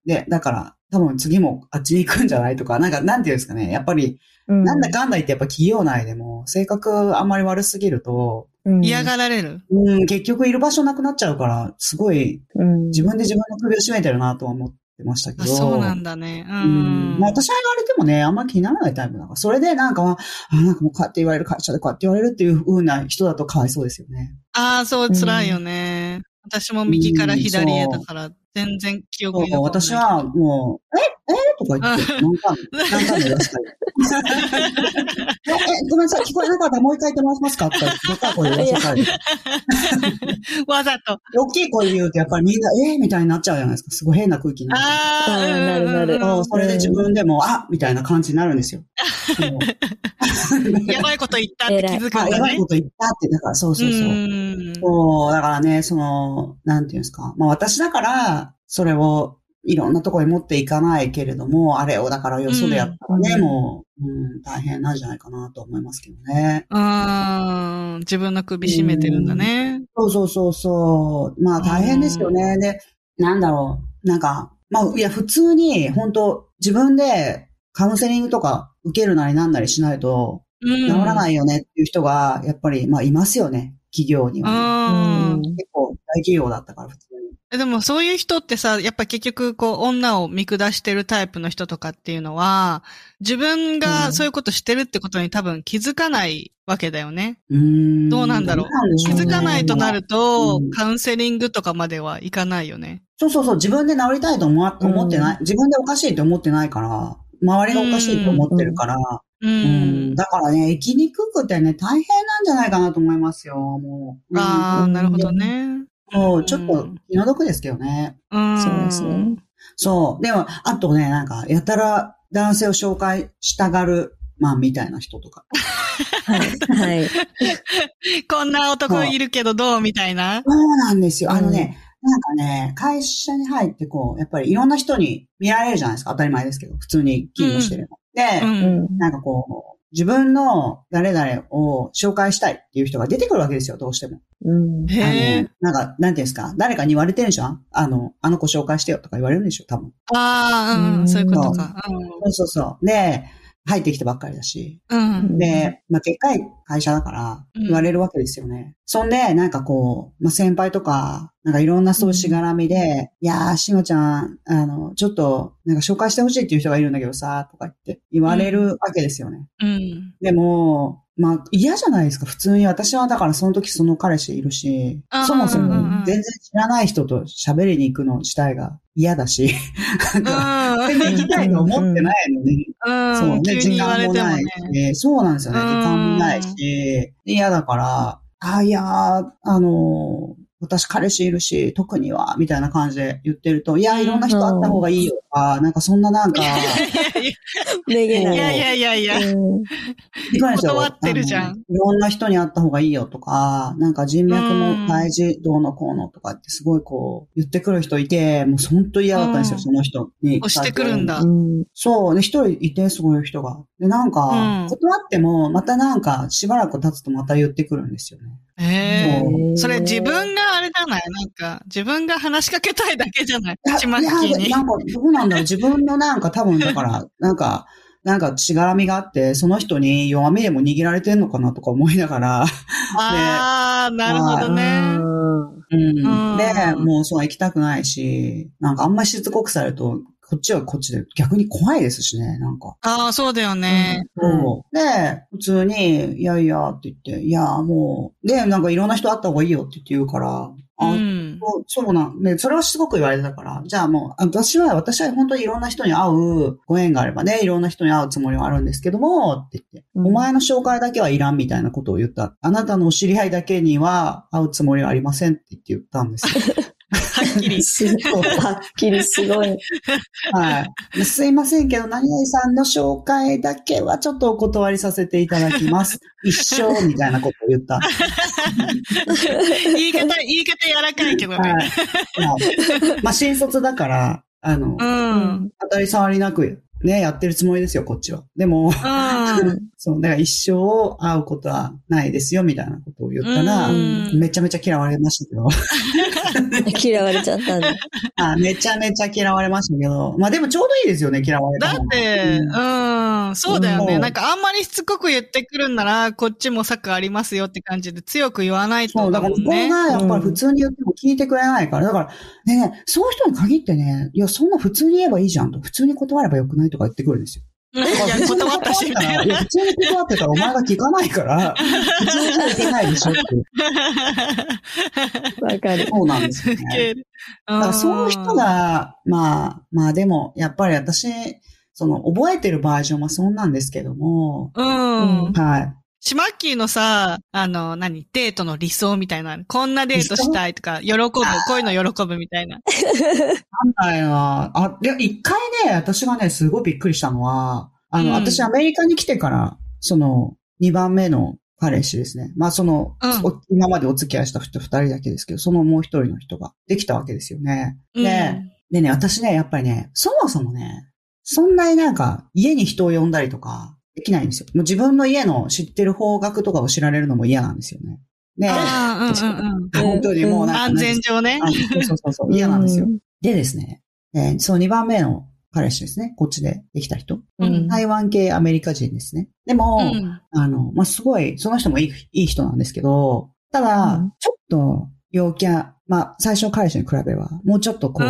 Speaker 3: で、だから、多分次もあっちに行くんじゃないとか、なんか、なんていうんですかね。やっぱり、
Speaker 4: うん
Speaker 3: なんだかんだ言ってやっぱ企業内でも、性格あんまり悪すぎると、
Speaker 4: うん
Speaker 2: 嫌がられる。
Speaker 3: うん、結局いる場所なくなっちゃうから、すごい
Speaker 4: うん
Speaker 3: 自分で自分の首を絞めてるなとは思ってましたけ
Speaker 2: あ、
Speaker 3: ど。
Speaker 2: そうなんだね。う
Speaker 3: うん
Speaker 2: ん。
Speaker 3: まあ私は言われてもね、あんまり気にならないタイプだから、それでなんか、あなんかもうこうやって言われる会社でこうやって言われるっていう風な人だとかわいそうですよね。
Speaker 2: ああ、そう、辛いよね。私も右から左へだから、全然記憶
Speaker 3: そ
Speaker 2: に
Speaker 3: う、
Speaker 2: 残んない
Speaker 3: 私はもう、ええとか言って、何回も、何回も言わ せたり。え、え、ごめんなさい、聞こえなかったらもう一回言ってもらえますかって、でかい声で言わせたり。
Speaker 2: わざと。
Speaker 3: 大きい声で言うと、やっぱりみんな、えみたいになっちゃうじゃないですか。すごい変な空気になっちゃう
Speaker 2: ああ、
Speaker 4: あーなるなる
Speaker 2: うんうん
Speaker 3: そううんそれで自分でも、あみたいな感じになるんですよ。もう
Speaker 2: やばいこと言ったって気づく
Speaker 3: あ、
Speaker 2: ん
Speaker 3: や
Speaker 2: だ
Speaker 3: ばい
Speaker 2: ね
Speaker 3: こ。と言ったって、だから、そう
Speaker 2: う
Speaker 3: そうそう。
Speaker 2: ん。
Speaker 3: そう、だからね、その、なんていうんですか。まあ私だから、それをいろんなところに持っていかないけれども、あれをだからよそでやったらね、
Speaker 4: うん
Speaker 3: もう、うん、大変なんじゃないかなと思いますけどね。
Speaker 2: うん。自分の首絞めてるんだね。
Speaker 3: そうそうそうそう。まあ大変ですよね。で、なんだろう。なんか、まあ、いや、普通に、本当自分でカウンセリングとか受けるなりなんなりしないと、
Speaker 2: うん。。
Speaker 3: 治らないいよねっていう人が、やっぱり、まあ、いますよね。企業に
Speaker 2: う
Speaker 3: は。
Speaker 2: ん。
Speaker 3: 結構、大企業だったから、普通に。
Speaker 2: えでもそういう人ってさ、やっぱ結局こう女を見下してるタイプの人とかっていうのは、自分がそういうことしてるってことに多分気づかないわけだよね。
Speaker 3: うーん
Speaker 2: どうなんだろう気づかないとな。
Speaker 3: どうでしょうね
Speaker 2: ると、
Speaker 3: うん
Speaker 2: カウンセリングとかまではいかないよね。
Speaker 3: そうそうそう、自分で治りたいと思わ
Speaker 4: うん
Speaker 3: 思ってない、自分でおかしいと思ってないから、周りがおかしいと思ってるから、
Speaker 2: う
Speaker 3: うん
Speaker 2: ん。
Speaker 3: だからね、生きにくくてね、大変なんじゃないかなと思いますよ、もう。
Speaker 2: ああ、
Speaker 4: うん
Speaker 2: なるほどね。
Speaker 3: そう、ちょっ
Speaker 2: う
Speaker 3: と
Speaker 2: ん
Speaker 3: 気の毒ですけどね。
Speaker 2: うん。
Speaker 4: そうですね。
Speaker 3: そう。でも、あとね、なんか、やたら男性を紹介したがる、まあ、みたいな人とか。
Speaker 4: はい。はい。
Speaker 2: こんな男いるけどどうみたいな。
Speaker 3: そうなんですよ。あのね、なんかね、会社に入ってこう、やっぱりいろんな人に見られるじゃないですか。当たり前ですけど、普通に勤務してるの。で、
Speaker 4: う
Speaker 2: うん。
Speaker 4: ん。
Speaker 3: なんかこう、自分の誰々を紹介したいっていう人が出てくるわけですよ、どうしても。
Speaker 4: うん。
Speaker 2: へ
Speaker 3: あ
Speaker 2: え
Speaker 3: の。なんか、なんていうんですか、誰かに言われてるじゃんあの、あの子紹介してよとか言われるんでしょ、多分。
Speaker 2: ああ、う、
Speaker 4: うんん
Speaker 2: そういうことか。
Speaker 3: そうそうそう。で、入ってきたばっかりだし。
Speaker 2: うん。うん。
Speaker 3: で、まあ、でっかい会社だから、
Speaker 2: うん
Speaker 3: 言われるわけですよね。そんで、なんかこう、まあ、先輩とか、なんかいろんなそうしがらみで、いやー、しのちゃん、あの、ちょっと、なんか紹介してほしいっていう人がいるんだけどさ、とか言って、言われるわけですよね。
Speaker 2: うん。
Speaker 3: でも、まあ、嫌じゃないですか。普通に私は、だからその時その彼氏いるし
Speaker 2: あー、
Speaker 3: そもそ
Speaker 4: うん
Speaker 2: うんう
Speaker 3: も
Speaker 2: ん
Speaker 3: 全然知らない人と喋りに行くの自体が嫌だし、なんか、全然行きたいと思ってないのに、
Speaker 2: う。
Speaker 3: そうんね、
Speaker 2: 急に
Speaker 3: 時
Speaker 2: 言わ
Speaker 3: 間
Speaker 2: れ
Speaker 3: も
Speaker 2: ても
Speaker 3: な
Speaker 2: ね
Speaker 3: いし、。そうなんですよね。
Speaker 2: うん
Speaker 3: 時間もないし、で嫌だから、あ、いやー、あのー私彼氏いるし、特には、みたいな感じで言ってると、いや、いろんな人会った方がいいよとか、なんかそんな なんか、
Speaker 4: めげないい。
Speaker 2: やいやいやいや。
Speaker 4: うん
Speaker 3: いかがでしょう
Speaker 2: 断ってるじゃん
Speaker 3: あのいろんな人に会った方がいいよとか、なんか人脈も大事、どうのこうのとかってすごいこう、言ってくる人いて、もう本当嫌だったんですよ、
Speaker 2: うん
Speaker 3: その人に。
Speaker 2: 押してくるんだ
Speaker 4: うん。
Speaker 3: そう。で、一人いて、そういう人が。で、なん
Speaker 2: うん
Speaker 3: か、断っても、またなんか、しばらく経つとまた言ってくるんですよね。
Speaker 2: ええ
Speaker 3: う
Speaker 2: それ自分があれじゃないなんか、自分が話しかけたいだけじゃない
Speaker 3: いや
Speaker 2: ちまき
Speaker 3: い
Speaker 2: に
Speaker 3: や。なんか、どうなんだろう。自分のなんか、多分だ から、なんか、なんか、しがらみがあって、その人に弱みでも握られてんのかなとか思いながら、
Speaker 2: ああ、なるほどね。
Speaker 3: うんで
Speaker 2: うん、
Speaker 3: もう、そう、行きたくないし、なんか、あんまりしつこくされると、こっちはこっちで逆に怖いですしね、なんか。
Speaker 2: ああ、そうだよね。
Speaker 3: そう。で、普通に、いやいやって言って、いや、もう、で、なんかいろんな人会った方がいいよって言って言うから、
Speaker 2: う
Speaker 3: あ、
Speaker 2: ん。
Speaker 3: そうそうなん、ね、それはすごく言われたから、じゃあもう、私は、私は本当にいろんな人に会う、ご縁があればね、いろんな人に会うつもりはあるんですけども、って言って、
Speaker 4: うん
Speaker 3: お前の紹介だけはいらんみたいなことを言った。あなたのお知り合いだけには会うつもりはありませんって言って言ったんですよ。
Speaker 2: はっきり。
Speaker 4: すごい。はっきりすごい。
Speaker 3: はい。すいませんけど、何々さんの紹介だけはちょっとお断りさせていただきます。 一生みたいなことを言った。
Speaker 2: 言い方、言い方柔らかいけどね。
Speaker 3: はい。まあ、まあ新卒だから、あの、
Speaker 2: うん。
Speaker 3: 当たり障りなく、ね、やってるつもりですよ、こっちは。でも、
Speaker 2: うん。
Speaker 3: そう、だから一生会うことはないですよ、みたいなことを言ったら、
Speaker 2: うん
Speaker 3: めちゃめちゃ嫌われましたけど。
Speaker 4: 嫌われちゃったんだ。
Speaker 3: あめちゃめちゃ嫌われましたけど。まあでもちょうどいいですよね、嫌われた
Speaker 2: だ
Speaker 3: 方が
Speaker 2: って、
Speaker 3: う
Speaker 2: うんん、そうだよね。
Speaker 3: うん
Speaker 2: なんかあんまりしつこく言ってくるんなら、こっちも策ありますよって感じで強く言わない
Speaker 3: そ
Speaker 2: と
Speaker 3: う、
Speaker 2: だ
Speaker 3: だ
Speaker 2: も
Speaker 3: から
Speaker 2: ん
Speaker 3: 向こうが
Speaker 2: ね。
Speaker 3: やっぱり普通に言っても聞いてくれないから、だから、ね、そういう人に限ってね、いや、そんな普通に言えばいいじゃんと、普通に断ればよくないとか言ってくるんですよ。
Speaker 2: うん いや、断ったし、みたいな。
Speaker 3: いや、普通に断ってたらお前が聞かないから、普通に聞いてないでしょって。
Speaker 4: わかる。
Speaker 3: そうなんですよ
Speaker 2: ウ
Speaker 3: ね。
Speaker 2: ケる
Speaker 3: だからそういう人、が、まあ、まあでも、やっぱり私、その、覚えてるバージョンはそんなんですけども、
Speaker 2: うん。うん
Speaker 3: はい。
Speaker 2: シマッキーのさ、あの、何デートの理想みたいな。こんなデートしたいとか、喜ぶ、こういうの喜ぶみたいな。
Speaker 3: なんだよな。あ、で、一回ね、私がね、すごいびっくりしたのは、あの、
Speaker 2: うん
Speaker 3: 私アメリカに来てから、その、2番目の彼氏ですね。まあ、その、
Speaker 2: うん
Speaker 3: お今までお付き合いした人2人だけですけど、そのもう1人の人ができたわけですよね。
Speaker 2: うん
Speaker 3: で、でね、私ね、やっぱりね、そもそもね、そんなになんか、家に人を呼んだりとか、できないんですよ。もう自分の家の知ってる方角とかを知られるのも嫌なんですよね。ね、
Speaker 2: あーうんうんうん
Speaker 4: うん
Speaker 3: 本当にもうなんか
Speaker 2: 安全上ね
Speaker 3: あ。そうそうそう そう、嫌なんですよ。
Speaker 4: うん。
Speaker 3: でですね、えーその2番目の彼氏ですね、こっちでできた人。
Speaker 4: うん
Speaker 3: 台湾系アメリカ人ですね。でも、
Speaker 2: うん
Speaker 3: あの、まあ、すごい、その人もいいいい人なんですけど、ただ、
Speaker 4: うん
Speaker 3: ちょっと陽キャ、まあ、最初の彼氏に比べは、もうちょっとこう、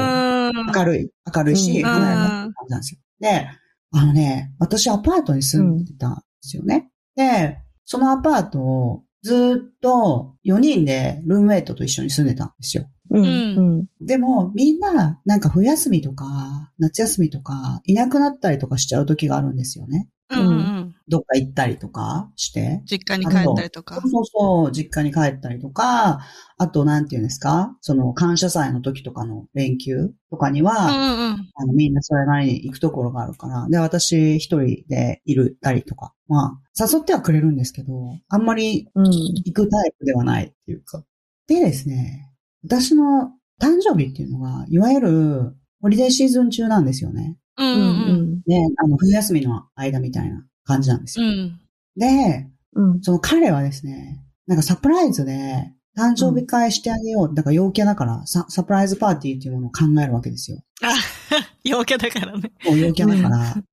Speaker 3: 明るい、明るいし、
Speaker 4: うん
Speaker 3: 華やかな感じなんですよ。で、あのね、私アパートに住んでたんですよね。で、そのアパートをずーっと4人でルームメイトと一緒に住んでたんですよ。
Speaker 4: うん。
Speaker 3: でも、みんな、なんか冬休みとか、夏休みとか、いなくなったりとかしちゃう時があるんですよね。
Speaker 2: うんうんうん。
Speaker 3: どっか行ったりとかして。
Speaker 2: 実家に帰ったりと
Speaker 3: そ
Speaker 2: か
Speaker 3: う。そうそう、実家に帰ったりとか、あと、なんていうんですかその、感謝祭の時とかの連休とかに
Speaker 2: うんう
Speaker 3: は、
Speaker 2: んうん。
Speaker 3: あのみんなそれなりに行くところがあるから、で、私一人でいるたりとか、まあ、誘ってはくれるんですけど、あんまり
Speaker 4: うん。
Speaker 3: 行くタイプではないっていうか。でですね、私の誕生日っていうのが、いわゆる、ホリデーシーズン中なんですよね。
Speaker 2: うん
Speaker 4: う
Speaker 2: うん
Speaker 4: ん。
Speaker 3: で、あの、冬休みの間みたいな感じなんです
Speaker 2: う
Speaker 3: よ。
Speaker 2: ん。
Speaker 3: で、
Speaker 4: うん。
Speaker 3: その彼はですね、なんかサプライズで、誕生日会してあげよう。だから陽キャだからサ、サプライズパーティーっていうものを考えるわけですよ。
Speaker 2: あ、陽キャだからね。
Speaker 3: もう陽キャだから。
Speaker 2: うん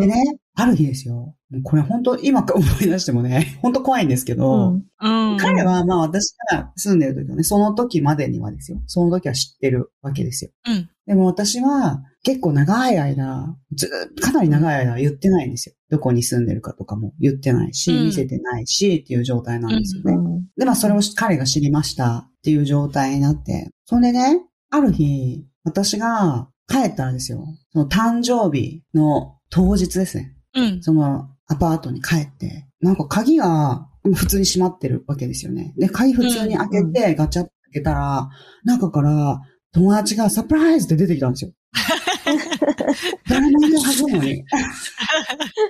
Speaker 3: でね、ある日ですよ。もうこれ本当今思い出してもね、本当怖いんですけ
Speaker 4: う
Speaker 3: ど、
Speaker 4: ん。
Speaker 2: うん。
Speaker 3: 彼はまあ私が住んでる時はね、その時までにはですよ。その時は知ってるわけですよ。
Speaker 2: うん。
Speaker 3: でも私は結構長い間、ずーっとかなり長い間言ってないんですよ。どこに住んでるかとかも言ってないし、
Speaker 2: うん
Speaker 3: 見せてないしっていう状態なんですよ
Speaker 4: う
Speaker 3: ね。
Speaker 4: ん。
Speaker 3: で、まあそれを彼が知りましたっていう状態になって。それでね、ある日、私が帰ったらですよ。その誕生日の当日ですね。
Speaker 2: うん。
Speaker 3: そのアパートに帰って、なんか鍵が普通に閉まってるわけですよね。で、鍵普通に開けてガチャって開けたら、中から友達がサプライズで出てきたんですよ。誰もいないはずなのに。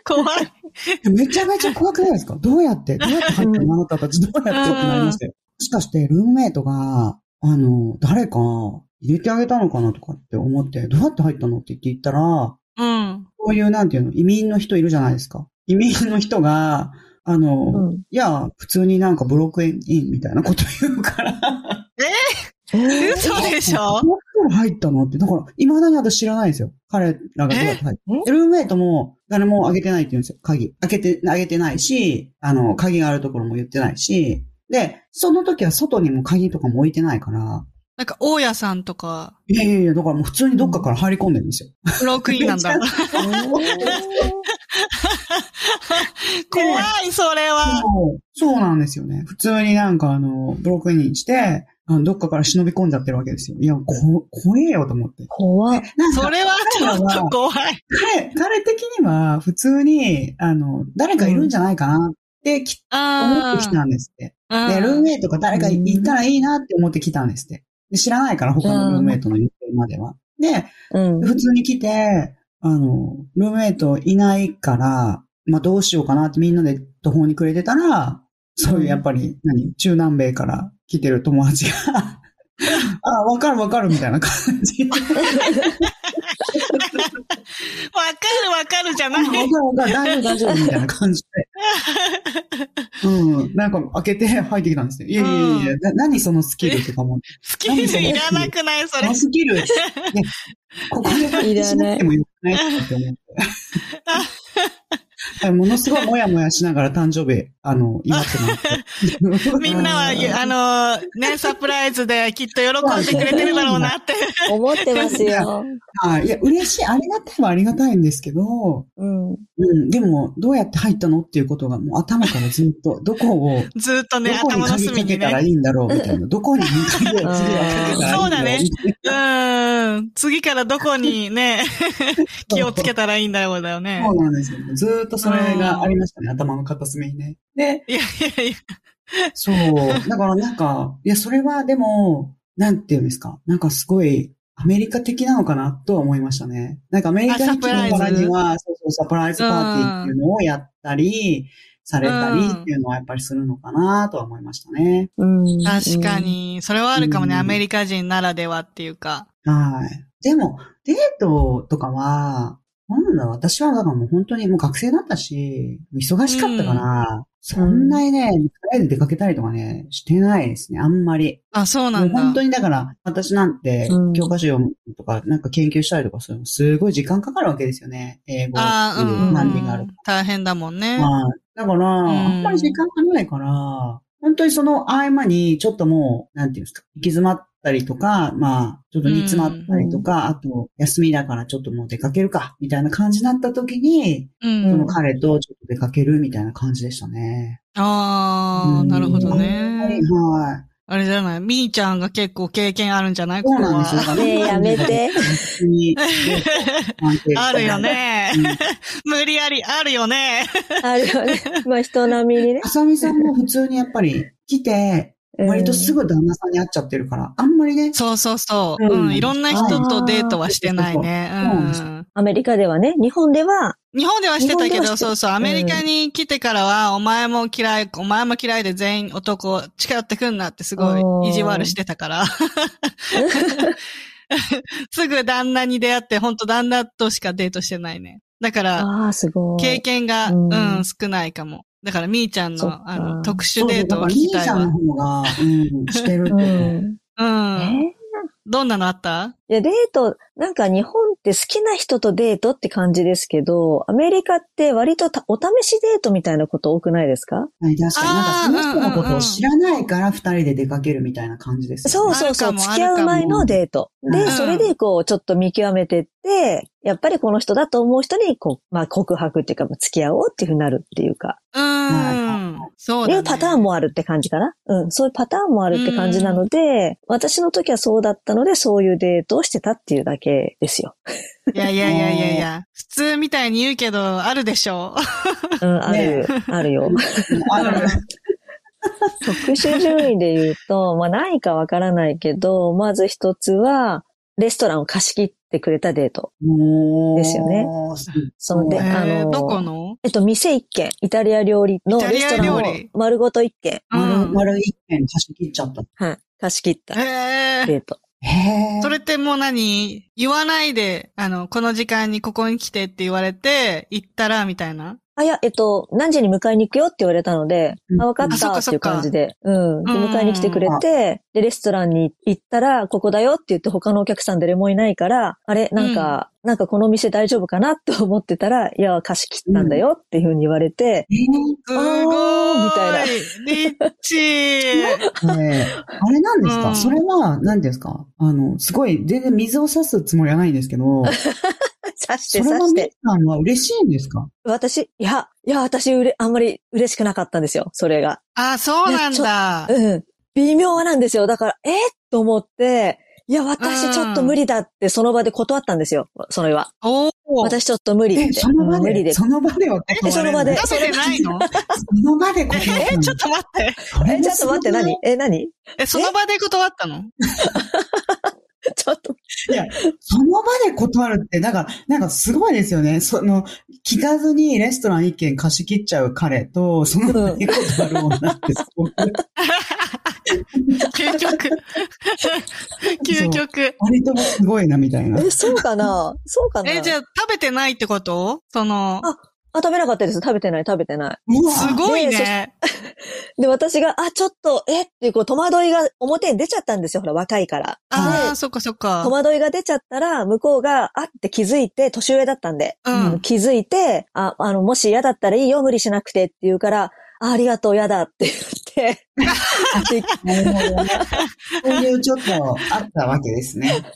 Speaker 2: 怖い。
Speaker 3: めちゃめちゃ怖くないですかどうやってどうやって入ってるのあなたたちどうやってってなりましたよ。もしかしてルームメイトが、あの、誰か入れてあげたのかなとかって思って、どうやって入ったのって言って言ったら、
Speaker 2: うん。
Speaker 3: こういう、なんていうの、移民の人いるじゃないですか。移民の人が、あの、
Speaker 4: うん。
Speaker 3: いや、普通になんかブロックインみたいなこと言うから。
Speaker 4: え
Speaker 2: 嘘でしょ
Speaker 3: どうやって入ったのって。だから、未だに私知らないですよ。彼らがどうやって入ったルームメイトも誰も開けてないって言うんですよ。鍵。開けて、開けてないし、あの、鍵があるところも言ってないし。で、その時は外にも鍵とかも置いてないから、
Speaker 2: なんか、大家さんとか、
Speaker 3: いやいやいや、だからもう普通にどっかから入り込んでるんですよ。
Speaker 2: ブロックインなんだ。 怖い、それは。
Speaker 3: そう、そうなんですよね。普通になんかあの、ブロックインして、あのどっかから忍び込んじゃってるわけですよ。いや、こ、怖えよと思って。
Speaker 4: 怖っ。
Speaker 3: なん
Speaker 2: そ
Speaker 3: か、
Speaker 2: れはちょっと怖い。
Speaker 3: 彼、彼的には普通に、あの、誰かいるんじゃないかなってき、思ってきたんですって。
Speaker 2: うん
Speaker 3: で、ルームメイトが誰かいたらいいなって思ってきたんですって。で知らないから、他のルームメイトの予定までは。で、
Speaker 4: うん。
Speaker 3: 普通に来て、あの、ルームメイトいないから、まあどうしようかなってみんなで途方に暮れてたら、そう
Speaker 4: う
Speaker 3: い
Speaker 4: ん
Speaker 3: うやっぱり、何、中南米から来てる友達が、 あ、わかるわかるみたいな感じ。わか
Speaker 2: わかるわかるじゃな
Speaker 3: る
Speaker 2: い。
Speaker 3: わかる、大丈夫大丈夫みたいな感じ で。うん。なんか開けて入ってきたんですよ。いやいやいや、な何そのスキルとかも。
Speaker 2: スキルいらなくないそ
Speaker 3: そ
Speaker 2: れ
Speaker 3: の。スキル、 ね、ここで発揮しなくてもよくないって思って。 はいものすごいもやもやしながら誕生日、あの、祝ってもらって。
Speaker 2: みんなは、ゆあのー、ね、サプライズできっと喜んでくれてるだろうなって。
Speaker 4: 思ってますよ。
Speaker 3: はい。いや、嬉しい。ありがたいはありがたいんですけど、
Speaker 4: うん。
Speaker 3: うん。でも、どうやって入ったのっていうことが、もう頭からずっと、ど こを、
Speaker 2: ずっと
Speaker 3: ど
Speaker 2: ね、
Speaker 3: こに
Speaker 2: 頭の
Speaker 3: 鍵
Speaker 2: 隅
Speaker 3: かけ
Speaker 2: に
Speaker 3: たら
Speaker 2: ね。
Speaker 3: いいんだろうみたいな。どこに鍵を次はかけたらいいんだろう
Speaker 2: そうだね
Speaker 3: みたいな
Speaker 2: うーん。次からどこにね、気をつけたらいいんだろうだよね
Speaker 3: そ。うなんですよ。ずーっとそれがありましたね。頭の片隅にね。で、
Speaker 2: いやいやいや。
Speaker 3: そう。だからなんか、いや、それはでも、なんていうんですか。なんかすごい、アメリカ的なのかなとは思いましたね。なんかアメリカに来
Speaker 2: あ
Speaker 3: た
Speaker 2: サプ
Speaker 3: か
Speaker 2: ラ
Speaker 3: ら
Speaker 2: イズ
Speaker 3: には、そうそう、サプライズパーティーっていうのをやったり、されたりっていうのはやっぱりするのかなとは思いましたね。
Speaker 4: うん
Speaker 2: 確か。に。それはあるかもね、
Speaker 3: うん
Speaker 2: アメリカ人ならではっていうか。
Speaker 3: はい。でも、デートとかは、なんだろう、私はだからもう本当にもう学生だったし、忙しかったから、そんなにね、とりあえず出かけたりとかね、してないですね、あんまり。
Speaker 2: あ、そうな
Speaker 3: もうん
Speaker 2: だ。
Speaker 3: 本当にだから、私なんて
Speaker 4: うん、
Speaker 3: 教科書読むとか、なんか研究したりとかするの、すごい時間かかるわけですよね。英語
Speaker 2: あ
Speaker 3: って
Speaker 2: あ、
Speaker 3: いう
Speaker 2: うん。
Speaker 3: 難がある
Speaker 2: うん大変だもんね。
Speaker 3: まあ、だから、あんまり時間がないから、本当にその合間に、ちょっともう、なんていうんですか、行き詰まったりとか、まあ、ちょっと煮詰まったりとか、あと、休みだからちょっともう出かけるか、みたいな感じになった時に、
Speaker 2: う
Speaker 3: その
Speaker 2: ん。
Speaker 3: 彼とちょっと出かけるみたいな感じでしたね。
Speaker 2: ああ、なるほど
Speaker 3: うんあんまり
Speaker 2: ね。
Speaker 3: はい。
Speaker 2: あれじゃないみーちゃんが結構経験あるんじゃない
Speaker 3: そ
Speaker 2: こ
Speaker 3: う
Speaker 2: こ
Speaker 3: なんですよ。
Speaker 2: は。
Speaker 3: だから
Speaker 4: ねえ、やめ。て。
Speaker 3: 本当に
Speaker 2: あるよ。ね
Speaker 3: うん。
Speaker 2: 無理やり、あるよね。
Speaker 4: あるよね。まあ人並みにね
Speaker 3: あ。さみさんも普通にやっぱり来て、
Speaker 4: うん
Speaker 3: 割とすぐ旦那さんに会っちゃってるから、あんまりね、
Speaker 2: そうそうそう。
Speaker 3: う
Speaker 2: うんん。いろんな人とデートはしてないね。
Speaker 3: あーそうそう
Speaker 2: う
Speaker 3: そ
Speaker 2: ん。
Speaker 4: アメリカではね、日本では、
Speaker 2: 日本ではしてた
Speaker 4: 日
Speaker 2: け
Speaker 4: 本で
Speaker 2: ど、
Speaker 4: はして
Speaker 2: そうそう、アメリカに来てからは、お前も嫌い、お前も嫌いで全員男、近寄ってくんなってすごい意地悪してたから。 すぐ旦那に出会って、ほんと旦那としかデートしてないね。だから、
Speaker 4: ああ、すごい。
Speaker 2: 経験が、
Speaker 4: うん
Speaker 2: うん、少ないかも。だから、みーちゃん
Speaker 4: そっか
Speaker 2: の、あの、特
Speaker 3: そ
Speaker 2: 殊
Speaker 3: うそ
Speaker 2: デ
Speaker 3: う
Speaker 2: ー
Speaker 3: だ
Speaker 2: ト
Speaker 3: か
Speaker 2: を
Speaker 3: ら
Speaker 2: 聞
Speaker 3: 兄
Speaker 2: きたい
Speaker 3: さんの
Speaker 2: わ。
Speaker 3: 方が、うん、してるって
Speaker 4: う
Speaker 3: ね。
Speaker 4: ん。え
Speaker 2: うん。
Speaker 4: ー
Speaker 2: どんなのあった
Speaker 4: いや、デート、なんか日本って好きな人とデートって感じですけど、アメリカって割とたお試しデートみたいなこと多くないですか
Speaker 3: はい、確かに。なんかその人のこ
Speaker 2: あーうんう
Speaker 3: と
Speaker 2: んう
Speaker 3: を
Speaker 2: ん
Speaker 3: 知らないから二人で出かけるみたいな感じですよ
Speaker 4: そ
Speaker 3: ね。
Speaker 4: うそうそ
Speaker 2: あ
Speaker 4: う、
Speaker 2: るかも
Speaker 4: 付き合う前のデート。
Speaker 3: う
Speaker 4: で、
Speaker 3: ん
Speaker 4: それでこう、ちょっと見極めてって、やっぱりこの人だと思う人に、こう、まあ告白っていうか、付き合おうっていうふうになるっていうか、
Speaker 2: う
Speaker 3: は
Speaker 2: ん。そうだ、
Speaker 4: い
Speaker 2: ね。
Speaker 4: うパターンもあるって感じかな。うん、そういうパターンもあるって感じなので、私の時はそうだったので、そういうデートをしてたっていうだけですよ。
Speaker 2: いやいやいやいやいや。普通みたいに言うけど、あるでしょ。
Speaker 4: うん、ある、あるよ。
Speaker 3: ある
Speaker 4: 特殊順位で言うと、 まあないかわからないけど、まず一つは、レストランを貸し切ってくれたデート。
Speaker 3: もう。
Speaker 4: ですよね
Speaker 3: す
Speaker 4: そんで、
Speaker 3: え
Speaker 4: あ
Speaker 2: えー
Speaker 4: の、
Speaker 2: どこの
Speaker 4: えっと、店一軒、イタリア料理の
Speaker 2: イタ
Speaker 4: レ
Speaker 2: リ
Speaker 4: ス
Speaker 2: ア
Speaker 4: トラ
Speaker 2: 料理
Speaker 4: ンを丸ごと一軒、
Speaker 2: う
Speaker 3: 丸、
Speaker 2: ん。
Speaker 3: 丸一軒貸し切っちゃった。
Speaker 4: はい、貸し切った
Speaker 2: えー
Speaker 4: デート。
Speaker 3: へえ。
Speaker 2: それってもう何言わないで、あの、この時間にここに来てって言われて、行ったら、みたいな。
Speaker 4: あ、いや、えっと、何時に迎えに行くよって言われたので、
Speaker 3: うん
Speaker 4: あ、わかっ
Speaker 2: あそったか
Speaker 4: って
Speaker 2: そ
Speaker 4: い
Speaker 2: っ
Speaker 4: う
Speaker 2: か
Speaker 4: 感じで、うん。で、
Speaker 2: うん
Speaker 4: 迎えに来てくれて、で、レストランに行ったら、ここだよって言って他のお客さん誰もいないから、あれ、なんか、なんかこの店大丈夫かなと思ってたら、いや、貸し切ったんだよっていうふうに言われて、
Speaker 3: え
Speaker 2: すご
Speaker 4: あ
Speaker 2: ー
Speaker 4: ー
Speaker 2: い
Speaker 4: みた
Speaker 2: リッチ ー
Speaker 3: ーねえあれなんですか、
Speaker 2: うん
Speaker 3: それは、何ですかあの、すごい、全然水を差すつもりはないんですけ ど、
Speaker 4: 刺し
Speaker 3: そ
Speaker 4: て
Speaker 3: れ
Speaker 4: 刺
Speaker 3: は
Speaker 4: し
Speaker 3: みー
Speaker 4: て。
Speaker 3: さんは嬉しいんですか
Speaker 4: 私、いや、いや、私うれ、あんまり嬉しくなかったんですよ、それが。
Speaker 2: あ、そうなんだ。
Speaker 4: うん。微妙なんですよ。だから、えーと思って、いや、私ちょっと無理だって、その場で断ったんですよ、それは。
Speaker 2: おお。
Speaker 4: 私ちょっと無理って。
Speaker 3: え、その場
Speaker 4: 無理
Speaker 3: で、
Speaker 4: で。
Speaker 3: その場では
Speaker 4: えその場で
Speaker 2: 食べてないの
Speaker 3: その場で断ったの
Speaker 2: え、ちょっと待って。
Speaker 3: それ
Speaker 4: え、
Speaker 3: も
Speaker 4: ちょっと待って、
Speaker 3: すごい
Speaker 4: 何え、何
Speaker 2: え、その場で断ったの
Speaker 4: ちょっと。
Speaker 3: その場で断るって、なんか、なんかすごいですよね。その、聞かずにレストラン一軒貸し切っちゃう彼と、その場で断る女ってすごく、
Speaker 2: 究 極。究極。
Speaker 3: 割ともすごいな、みたいな。
Speaker 4: え、そうかなそうかな
Speaker 2: え、じゃあ
Speaker 4: あ、
Speaker 2: 食べてないってことその、
Speaker 4: 食べなかったです。食べてない、食べてな
Speaker 3: うわ
Speaker 2: すごい
Speaker 4: ねえそ
Speaker 2: ね。
Speaker 4: い。で、私が、あ、ちょっと、えっていう、こう、戸惑いが表に出ちゃったんですよ。ほら、若いから。
Speaker 2: あ
Speaker 4: で
Speaker 2: あ、そっかそっ
Speaker 4: 戸
Speaker 2: か。
Speaker 4: 惑いが出ちゃったら、向こうが、あって気づいて、年上だったんで、
Speaker 2: うん
Speaker 4: 気づいて、あ、あの、もし嫌だったらいいよ、無理しなくてって言うから、あありがとう、嫌だって言って、 で
Speaker 3: なるほどね。そういうちょっとあったわけですね。
Speaker 4: ね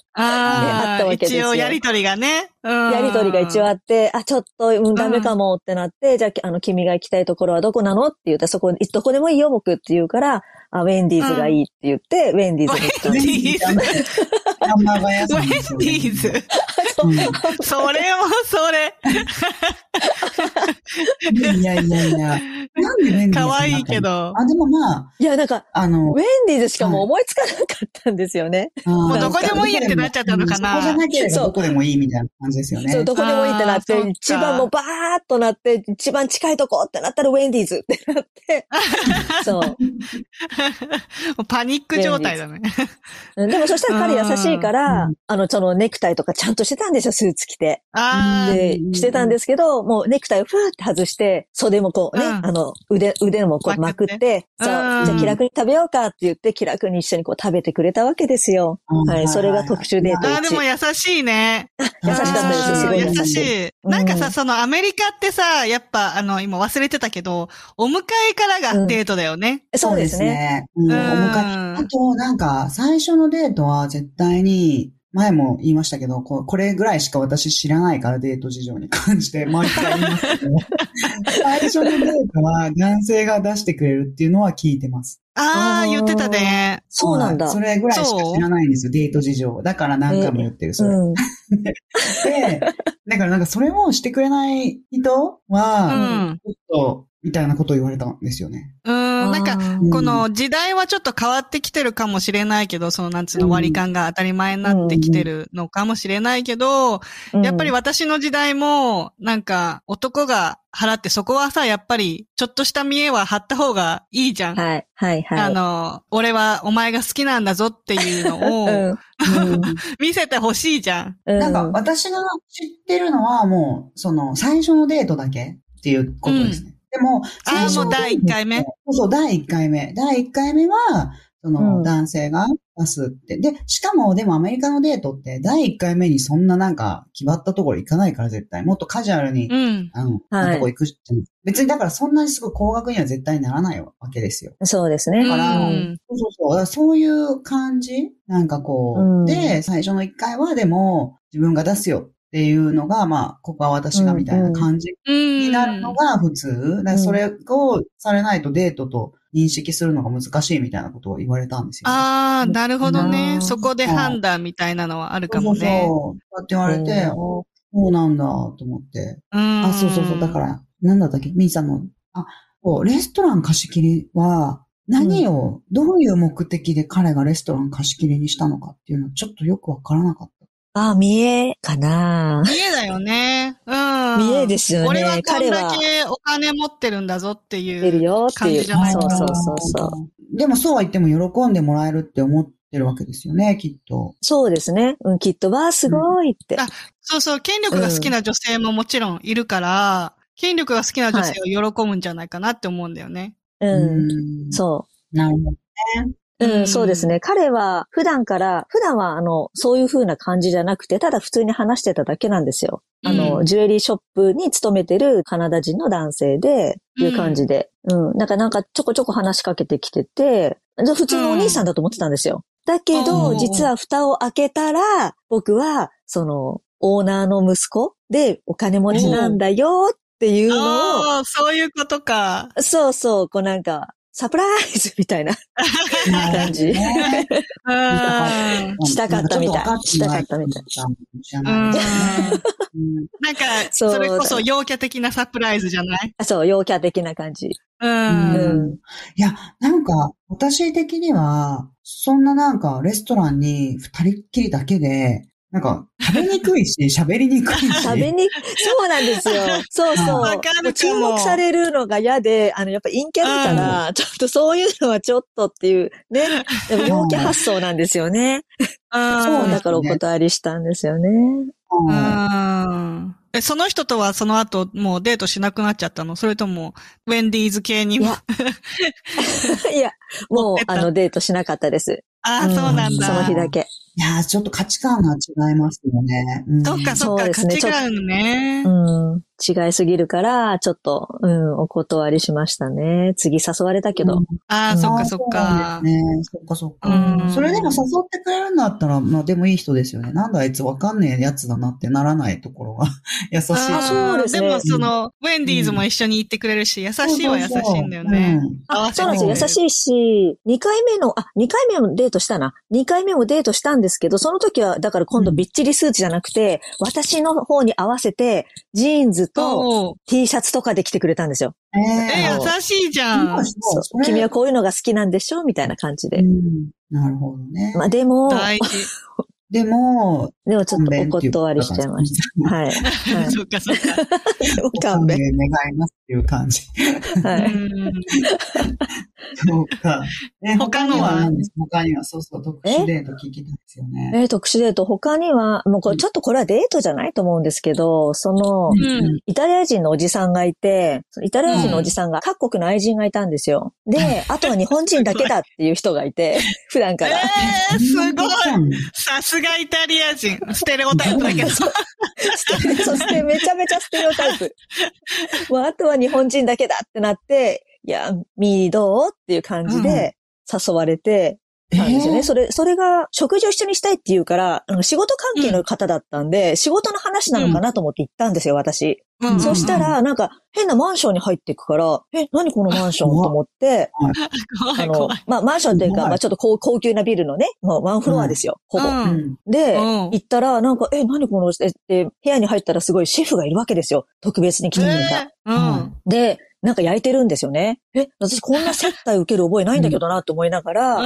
Speaker 2: あ
Speaker 4: あった
Speaker 2: あ、
Speaker 4: わけです
Speaker 2: 一
Speaker 4: よ
Speaker 2: 応やりとりがね。や
Speaker 4: やりとりが一応あって、あ、ちょっと、うん、
Speaker 2: ん
Speaker 4: ダメかもってなって、じゃあ、あの、君が行きたいところはどこなのって言ったら、そこ、いどこでもいいよ、僕って言うから、あ、ウェンディーズがいいって言って、ウェンディーズに行った
Speaker 2: ウ
Speaker 4: ん
Speaker 2: ェ
Speaker 4: で
Speaker 2: ン
Speaker 4: す。
Speaker 2: ディーズ
Speaker 3: ハンバーガー屋
Speaker 2: ウ
Speaker 3: さんです
Speaker 2: ェ
Speaker 3: よ
Speaker 2: ン
Speaker 3: ね
Speaker 2: ディーズ。
Speaker 3: うん
Speaker 2: それもそれ。
Speaker 3: いやいやいや。なんでウェンディーズ
Speaker 2: 可愛いけ。ど。
Speaker 3: あ、でもまあ、
Speaker 4: いや、なんか、
Speaker 3: あの
Speaker 4: ウェ、ンディーズしかもう思いつかなかったんですよね。
Speaker 3: も
Speaker 2: もうどこでもいいやってなっちゃったのかな
Speaker 3: そこじゃなければ
Speaker 4: そう
Speaker 3: どこでもいいみたいな感じですよね。
Speaker 4: そう、どこでもいいってなっ
Speaker 2: あー
Speaker 4: て
Speaker 2: そっ、か
Speaker 4: 一番もうバーっとなって、一番近いとこってなったらウェンディーズってなって。そう。
Speaker 2: もうパニック状態だね。
Speaker 4: でもそしたら彼優しいから、
Speaker 3: う
Speaker 4: あの、そのネクタイとかちゃんとしてたんですよ、スーツ着て。
Speaker 2: あ
Speaker 4: で、してたんですけど、もうネクタイをふーって外して、袖もこうね、
Speaker 2: うん
Speaker 4: あの、腕、腕もこうま
Speaker 2: ま
Speaker 4: く
Speaker 2: く
Speaker 4: っ、
Speaker 2: ってて
Speaker 4: そう、じ
Speaker 2: うん
Speaker 4: ゃあ気楽に食べようかって言って、気楽に一緒にこう食べてくれたわけですよ。はい、それが特殊デー
Speaker 2: あ。
Speaker 4: ト
Speaker 2: ああ、でも
Speaker 4: 1。
Speaker 2: 優しいね。
Speaker 4: 優しかったですよすごい優
Speaker 2: 優
Speaker 4: しい
Speaker 2: しい。
Speaker 4: うん
Speaker 2: なんかさ、そのアメリカってさ、やっぱあの、今忘れてたけど、お迎えからがデートだよね。
Speaker 4: そうですね。
Speaker 3: ね。うん、お迎え。あと、なんか、最初のデートは絶対に、前も言いましたけど、こうこれぐらいしか私知らないからデート事情に関して、毎回言い ますけど、最初のデートは男性が出してくれるっていうのは聞いてます。
Speaker 2: あ
Speaker 4: あ
Speaker 2: あ、
Speaker 4: ー
Speaker 2: 言ってたね。
Speaker 4: そうなんだ。
Speaker 3: はいそれぐらいしか知らないんですよ、デート事情。だから何回も言ってる、それ。
Speaker 4: うん。
Speaker 3: で、だからなんかそれをしてくれない人
Speaker 2: う
Speaker 3: は、
Speaker 2: ん。
Speaker 3: ちょっと、みたいなことを言われたんですよね。
Speaker 2: うん、なんか、
Speaker 4: あー
Speaker 3: うん
Speaker 2: この時代はちょっと変わってきてるかもしれないけど、そのなんつうの割り勘が当たり前になってきてるのかもしれないけど、やっぱり
Speaker 4: うん
Speaker 2: 私の時代も、なんか男が払ってそこはさ、やっぱりちょっとした見栄は張った方がいいじゃん。
Speaker 4: はい、はい、はい。
Speaker 2: あの、俺はお前が好きなんだぞってい うのを見せてほしいじゃん。
Speaker 4: うん、
Speaker 3: なんか私が知ってるのはもう、その最初のデートだけっていうことですね。でも、最
Speaker 2: あ
Speaker 3: 初
Speaker 2: あ、
Speaker 3: の
Speaker 2: もう
Speaker 3: デ
Speaker 2: 第1回目。
Speaker 3: そうそう、第1回目。第1回目は、その、
Speaker 4: うん
Speaker 3: 男性が出すって。で、しかも、でもアメリカのデートって、第1回目にそんななんか、決まったところ行かないから絶対。もっとカジュアルに、
Speaker 2: うん。
Speaker 3: あの、
Speaker 4: はい
Speaker 3: なとこ行くじゃん別にだからそんなにすごい高額には絶対ならないわけですよ。
Speaker 4: そうですね。
Speaker 3: だから
Speaker 2: うん
Speaker 3: そうそうそう。だからそういう感じなんかこう、
Speaker 4: うん
Speaker 3: で、最初の1回はでも、自分が出すよっていうのが、まあ、ここは私がみたいな感じ
Speaker 2: うん。
Speaker 3: になるのが普通。だから
Speaker 4: うん
Speaker 3: それをされないとデートと認識するのが難しいみたいなことを言われたんですよ、
Speaker 2: ああ、なるほど
Speaker 4: う
Speaker 2: ね。
Speaker 4: ん
Speaker 2: そこで判断みたいなのはある
Speaker 3: そ
Speaker 2: か
Speaker 3: うそ
Speaker 2: も
Speaker 3: う
Speaker 2: ね。
Speaker 3: そう。だって言われて、あそうなんだと思って。
Speaker 2: あ
Speaker 3: あ、そうそうそう。だから、なんだったっけみーさんの、あ、そうレストラン貸し切りは、何を、どういう目的で彼がレストラン貸し切りにしたのかっていうのはちょっとよくわからなかっ
Speaker 4: あ、見えかな
Speaker 2: 見栄だよね。うん。
Speaker 4: 見えですよね
Speaker 2: 俺はこん
Speaker 4: 彼
Speaker 2: だ
Speaker 4: は
Speaker 2: けお金持ってるんだぞってい
Speaker 4: 出る
Speaker 2: う。
Speaker 4: よっていう。
Speaker 2: 感じじ
Speaker 4: そ
Speaker 2: ゃないか
Speaker 4: う
Speaker 2: な
Speaker 4: そうそうそう。
Speaker 3: た。でもそうは言っても喜んでもらえるって思ってるわけですよね、きっと。
Speaker 4: そうですね。うん、きっと、わあ、すごいって
Speaker 2: ん。あそうそう、権力が好きな女性ももちろんいるから、権力が好きな女性を喜ぶんじゃないかなって思うんだよね。
Speaker 4: うん。そう。
Speaker 3: う。なるほど。
Speaker 4: う
Speaker 2: うん
Speaker 4: ん、そうですね。彼は普段から、普段はあの、そういう風な感じじゃなくて、ただ普通に話してただけなんですよ。あの、
Speaker 2: うん
Speaker 4: ジュエリーショップに勤めてるカナダ人の男性で、
Speaker 2: うん
Speaker 4: いう感じで。うん。なんか、なんかちょこちょこ話しかけてきてて、じゃあ普通のお兄さんだと思ってたんですよ。だけ
Speaker 2: う
Speaker 4: ど、
Speaker 2: ん
Speaker 4: 実は蓋を開けたら、僕は、その、オーナーの息子でお金持ちなんだよっていうのを、
Speaker 2: ああ、そういうことか。
Speaker 4: そうそう、こうなんか、サプライズみたいな 感じ。
Speaker 2: うん。
Speaker 4: したかったみたい
Speaker 3: したかったみたい。
Speaker 2: う
Speaker 3: う
Speaker 2: ん。
Speaker 3: ん
Speaker 2: なんか、
Speaker 4: そう
Speaker 2: それこそ陽キャ的なサプライズじゃない
Speaker 4: あそう、陽キャ的な感じ。
Speaker 2: うん。
Speaker 4: う
Speaker 2: うん
Speaker 4: ん。
Speaker 3: いや、なんか、私的には、そんななんか、レストランに二人っきりだけで、なんか、食べにくい し、喋りにくいし。
Speaker 4: 食べに、そうなんですよ。そうそう。
Speaker 3: わ
Speaker 4: も
Speaker 2: かるかも
Speaker 4: う注目されるのが嫌で、あの、やっぱ陰キャだから、ちょっとそういうのはちょっとっていう、ね。でも陽キャ発想なんですよね。
Speaker 3: そう
Speaker 4: だからお断りしたんですよね。
Speaker 3: う ん
Speaker 2: うんえ、その人とはその後もうデートしなくなっちゃったのそれとも、ウェンディーズ系に
Speaker 4: い
Speaker 2: も。
Speaker 4: やいや、もう、あの、デートしなかったです。
Speaker 2: ああ、そうなんだ。
Speaker 4: その日だけ。
Speaker 3: いやー、ちょっと価値観が違いますよね。うん
Speaker 2: そっかそっ
Speaker 4: そう
Speaker 2: か、
Speaker 4: ですね
Speaker 2: 価値観ね
Speaker 4: う。ん。違いすぎるから、ちょっと、うん、お断りしましたね。次誘われたけど。
Speaker 2: ああ、そっかそっ
Speaker 3: あーそ
Speaker 2: か
Speaker 3: うなん。ですね。そっかそっか。
Speaker 2: うん
Speaker 3: それでも誘ってくれるんだったら、まあでもいい人ですよね。なんだあいつわかんねえやつだなってならないところが 優しい。
Speaker 2: あー
Speaker 4: そうですね
Speaker 2: もその、ウェンディーズも一緒に行ってくれるし、優しいは優しいんだよね。合わ
Speaker 4: あ、
Speaker 2: せ
Speaker 4: そう
Speaker 2: て
Speaker 4: なん
Speaker 2: く
Speaker 4: で
Speaker 2: れ
Speaker 4: す
Speaker 2: る
Speaker 4: よ。優しいし、2回目の、あ、2回目もデートしたな。2回目もデートしたんですけど、その時は、だから今度
Speaker 3: うん
Speaker 4: びっちりスーツじゃなくて、私の方に合わせて、ジーンズと
Speaker 2: そう。
Speaker 4: T シャツとかで着てくれたんですよ。
Speaker 3: うん。
Speaker 2: え、
Speaker 3: えー
Speaker 4: あの
Speaker 2: 優しいじゃん。
Speaker 4: そう君はこういうのが好きなんでしょみたいな感じ
Speaker 3: う
Speaker 4: で。
Speaker 3: んなるほどね。
Speaker 4: まあでも、
Speaker 2: 大事。
Speaker 3: でも、
Speaker 4: でもちょっとお
Speaker 3: 勘弁っていう
Speaker 4: 断りしちゃいました。はい。は
Speaker 2: そっかそっか。
Speaker 4: い。
Speaker 3: お
Speaker 4: 勘
Speaker 3: 勘弁
Speaker 4: 弁。
Speaker 3: 願いますっていう感じ。
Speaker 4: は
Speaker 2: う
Speaker 4: い。
Speaker 2: ん
Speaker 3: そうか。 ね
Speaker 2: 他のは
Speaker 3: 何です他には、そうそう、特殊デート聞きたいですよね。
Speaker 4: えー特殊デート、他には、もうこれちょっとこれはデートじゃないと思うんですけど、その、
Speaker 2: うん
Speaker 4: イタリア人のおじさんがいて、そのイタリア人のおじさんが各国の愛人がいたんですよ。 で、あとは日本人だけだっていう人がい て、普段から。
Speaker 2: えー、すごい。
Speaker 3: い。
Speaker 2: さすがイタリア人。ステレオタイプだけど。
Speaker 4: そしてめちゃめちゃステレオタイプ。もうあとは日本人だけだってなって、いや、ミーどうっていう感じで誘われて、たんですよね。それ、それが、食事を一緒にしたいって言うから、あの仕事関係の方だったんで、仕事の話なのかなと思って行ったんですよ、私。
Speaker 2: うん
Speaker 4: そした、ら、なんか、変なマンションに入っていくから、え、何このマンションと思って、
Speaker 2: 怖
Speaker 4: あ
Speaker 2: い
Speaker 4: の
Speaker 2: 怖い。、
Speaker 4: まあ、マンションというか、
Speaker 3: 怖い
Speaker 4: まあ、ちょっと高高級なビルのね、まあ、ワンフロアですよ、ほぼ。
Speaker 2: うん
Speaker 3: うん。
Speaker 4: で、
Speaker 2: うん
Speaker 4: 行ったら、なんか、え、何この、え、で部屋に入ったらすごいシェフがいるわけですよ。特別に気に入った。
Speaker 2: えーうん。
Speaker 4: で、なんか焼いてるんですよね。え、私こんな接待受ける覚えないんだけどなと思いながら、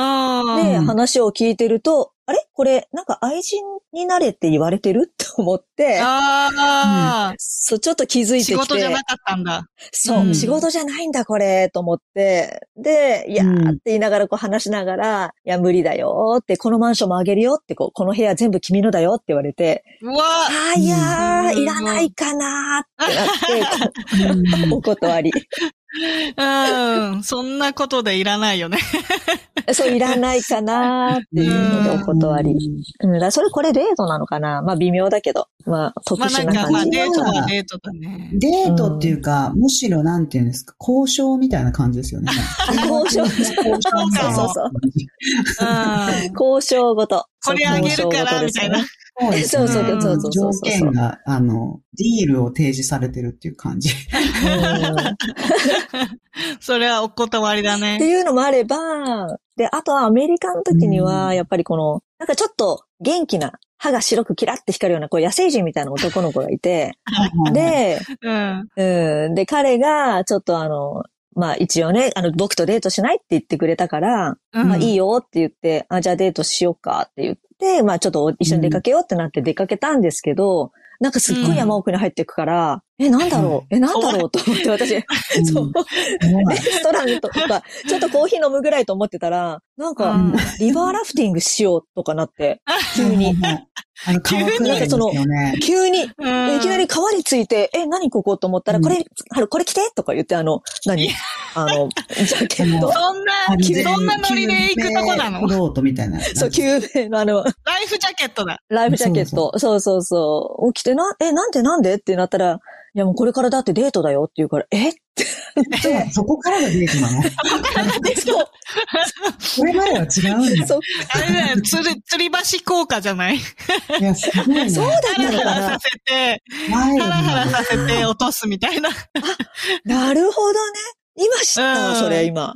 Speaker 2: うん
Speaker 4: で、
Speaker 3: うん
Speaker 4: 話を聞いてると、あれこれ、なんか愛人になれって言われてるって思って、
Speaker 2: ああ、
Speaker 4: そう、ちょっと気づいてきて。
Speaker 2: 仕事じゃなかったんだ。
Speaker 4: そう、
Speaker 2: うん
Speaker 4: 仕事じゃないんだこれ、と思って。で、いや
Speaker 3: うん
Speaker 4: ーって言いながらこう話しながら、いや無理だよーって、このマンションもあげるよって、こう、この部屋全部君のだよって言われて、
Speaker 2: うわ
Speaker 4: ああ、いや
Speaker 2: うん
Speaker 4: ー、いらないかなーってなって、 こうお断り。
Speaker 2: うん。そんなことでいらないよね。
Speaker 4: そう、いらないかなーっていうのでお断り。うん、だからそれこれデートなのかなまあ微妙だけど。まあ特
Speaker 2: まあな
Speaker 4: 殊
Speaker 2: ん
Speaker 4: な
Speaker 2: か、まあ
Speaker 4: 感じ。
Speaker 2: デートはデートだね。
Speaker 3: デートっていうか、むしろなんていうんですか、交渉みたいな感じですよね。
Speaker 4: 交渉
Speaker 3: 交渉みたいな
Speaker 4: そうそうそう
Speaker 2: うん。
Speaker 4: 交渉ごと。
Speaker 2: これあげるから、
Speaker 4: そう
Speaker 2: みたいな。。
Speaker 3: そうですね
Speaker 2: そうそうそう
Speaker 4: そうそう
Speaker 3: 条件が、あの、ディールを提示されてるっていう感じ。
Speaker 4: 交渉ごとですねうん
Speaker 2: それはお断りだ
Speaker 4: っ
Speaker 2: ね
Speaker 4: て。いうのもあれば、で、あとはアメリカの時に
Speaker 3: う
Speaker 4: は、
Speaker 3: ん
Speaker 4: やっぱりこの、なんかちょっと元気な、歯が白くキラって光るような、こう野生人みたいな男の子がいて、で、
Speaker 2: うん。
Speaker 4: うん、で、彼が、ちょっとあの、まあ一応ね、あの、僕とデートしないって言ってくれたから、
Speaker 2: うん
Speaker 4: まあいいよって言って、あ、じゃあデートしようかって言って、まあちょっと一緒に出かけようってなって出かけたんですけど、なんかすっごい山奥に入っていくから、え、なんだろうえ、なんだろうと思って私、
Speaker 3: うん
Speaker 4: そう、レストランとか、ちょっとコーヒー飲むぐらいと思ってたら、なん
Speaker 2: う
Speaker 4: か、
Speaker 2: ん
Speaker 4: リバーラフティングしようとかなって、急に、。
Speaker 3: あの、川下りですよね。
Speaker 4: 急
Speaker 2: う
Speaker 4: に、
Speaker 2: ん
Speaker 4: いきなり川について、え、何ここと思ったら、
Speaker 3: うん
Speaker 4: これ、あのこれ着てとか言って、あの、何あの、ジャケット
Speaker 3: あ。
Speaker 2: そんな、そんなノリで行くとこな
Speaker 3: フ
Speaker 2: の
Speaker 3: ロートみたいな。
Speaker 4: そう、救命のあの、
Speaker 2: ライフジャケットだ。
Speaker 4: ライフジャケット。そうそうそう。起きて、な、え、なんでなんでってなったら、いやもうこれからだってデートだよって言うから、えってなっ
Speaker 3: そこからがデートなの
Speaker 4: て、そう、
Speaker 3: これまでは違うんだ。
Speaker 4: そう、
Speaker 2: あれだよ、つり、吊り橋効果じゃない
Speaker 3: いや、すごいね。
Speaker 4: そうだっ
Speaker 2: ハラ
Speaker 4: たの
Speaker 2: ハラ
Speaker 4: かな
Speaker 2: させて、
Speaker 3: 前
Speaker 2: ハラハラさせて落とすみたいな。
Speaker 4: なるほどね。今知った
Speaker 2: うん
Speaker 4: わ、それ、今。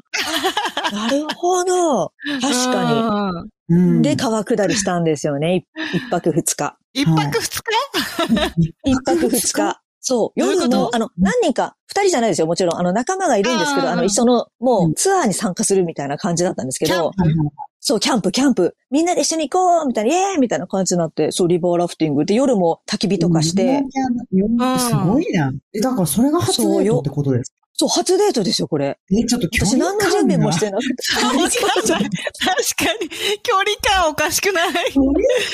Speaker 4: なるほど。確か
Speaker 2: か
Speaker 4: に。
Speaker 3: に
Speaker 4: で、川下りしたんですよ ね。い一泊二日。
Speaker 2: に。一泊二日
Speaker 4: 一泊二日。そう。
Speaker 2: どういうこ
Speaker 4: 夜
Speaker 2: と
Speaker 4: の、あの、何人か、二人じゃないですよ。もちろん、あの、仲間がいるんですけ
Speaker 2: うん
Speaker 4: ど、あの、一緒の、もう、ツアーに参加するみたいな感じだったんですけど、そう、キャンプ、キャンプ。みんなで一緒に行こうみたいな、イエーイみたいな感じになって、そう、リバーラフティング。で、夜も焚き火とかして、
Speaker 3: すごいな。え、だからそれが初デートってことですか
Speaker 4: そう、初デートですよ、これ。
Speaker 3: え、ちょっと距
Speaker 4: 私
Speaker 3: 離
Speaker 4: 何の準備もしてなくて。
Speaker 2: そうわかん ない確かに、距離感おかしくない。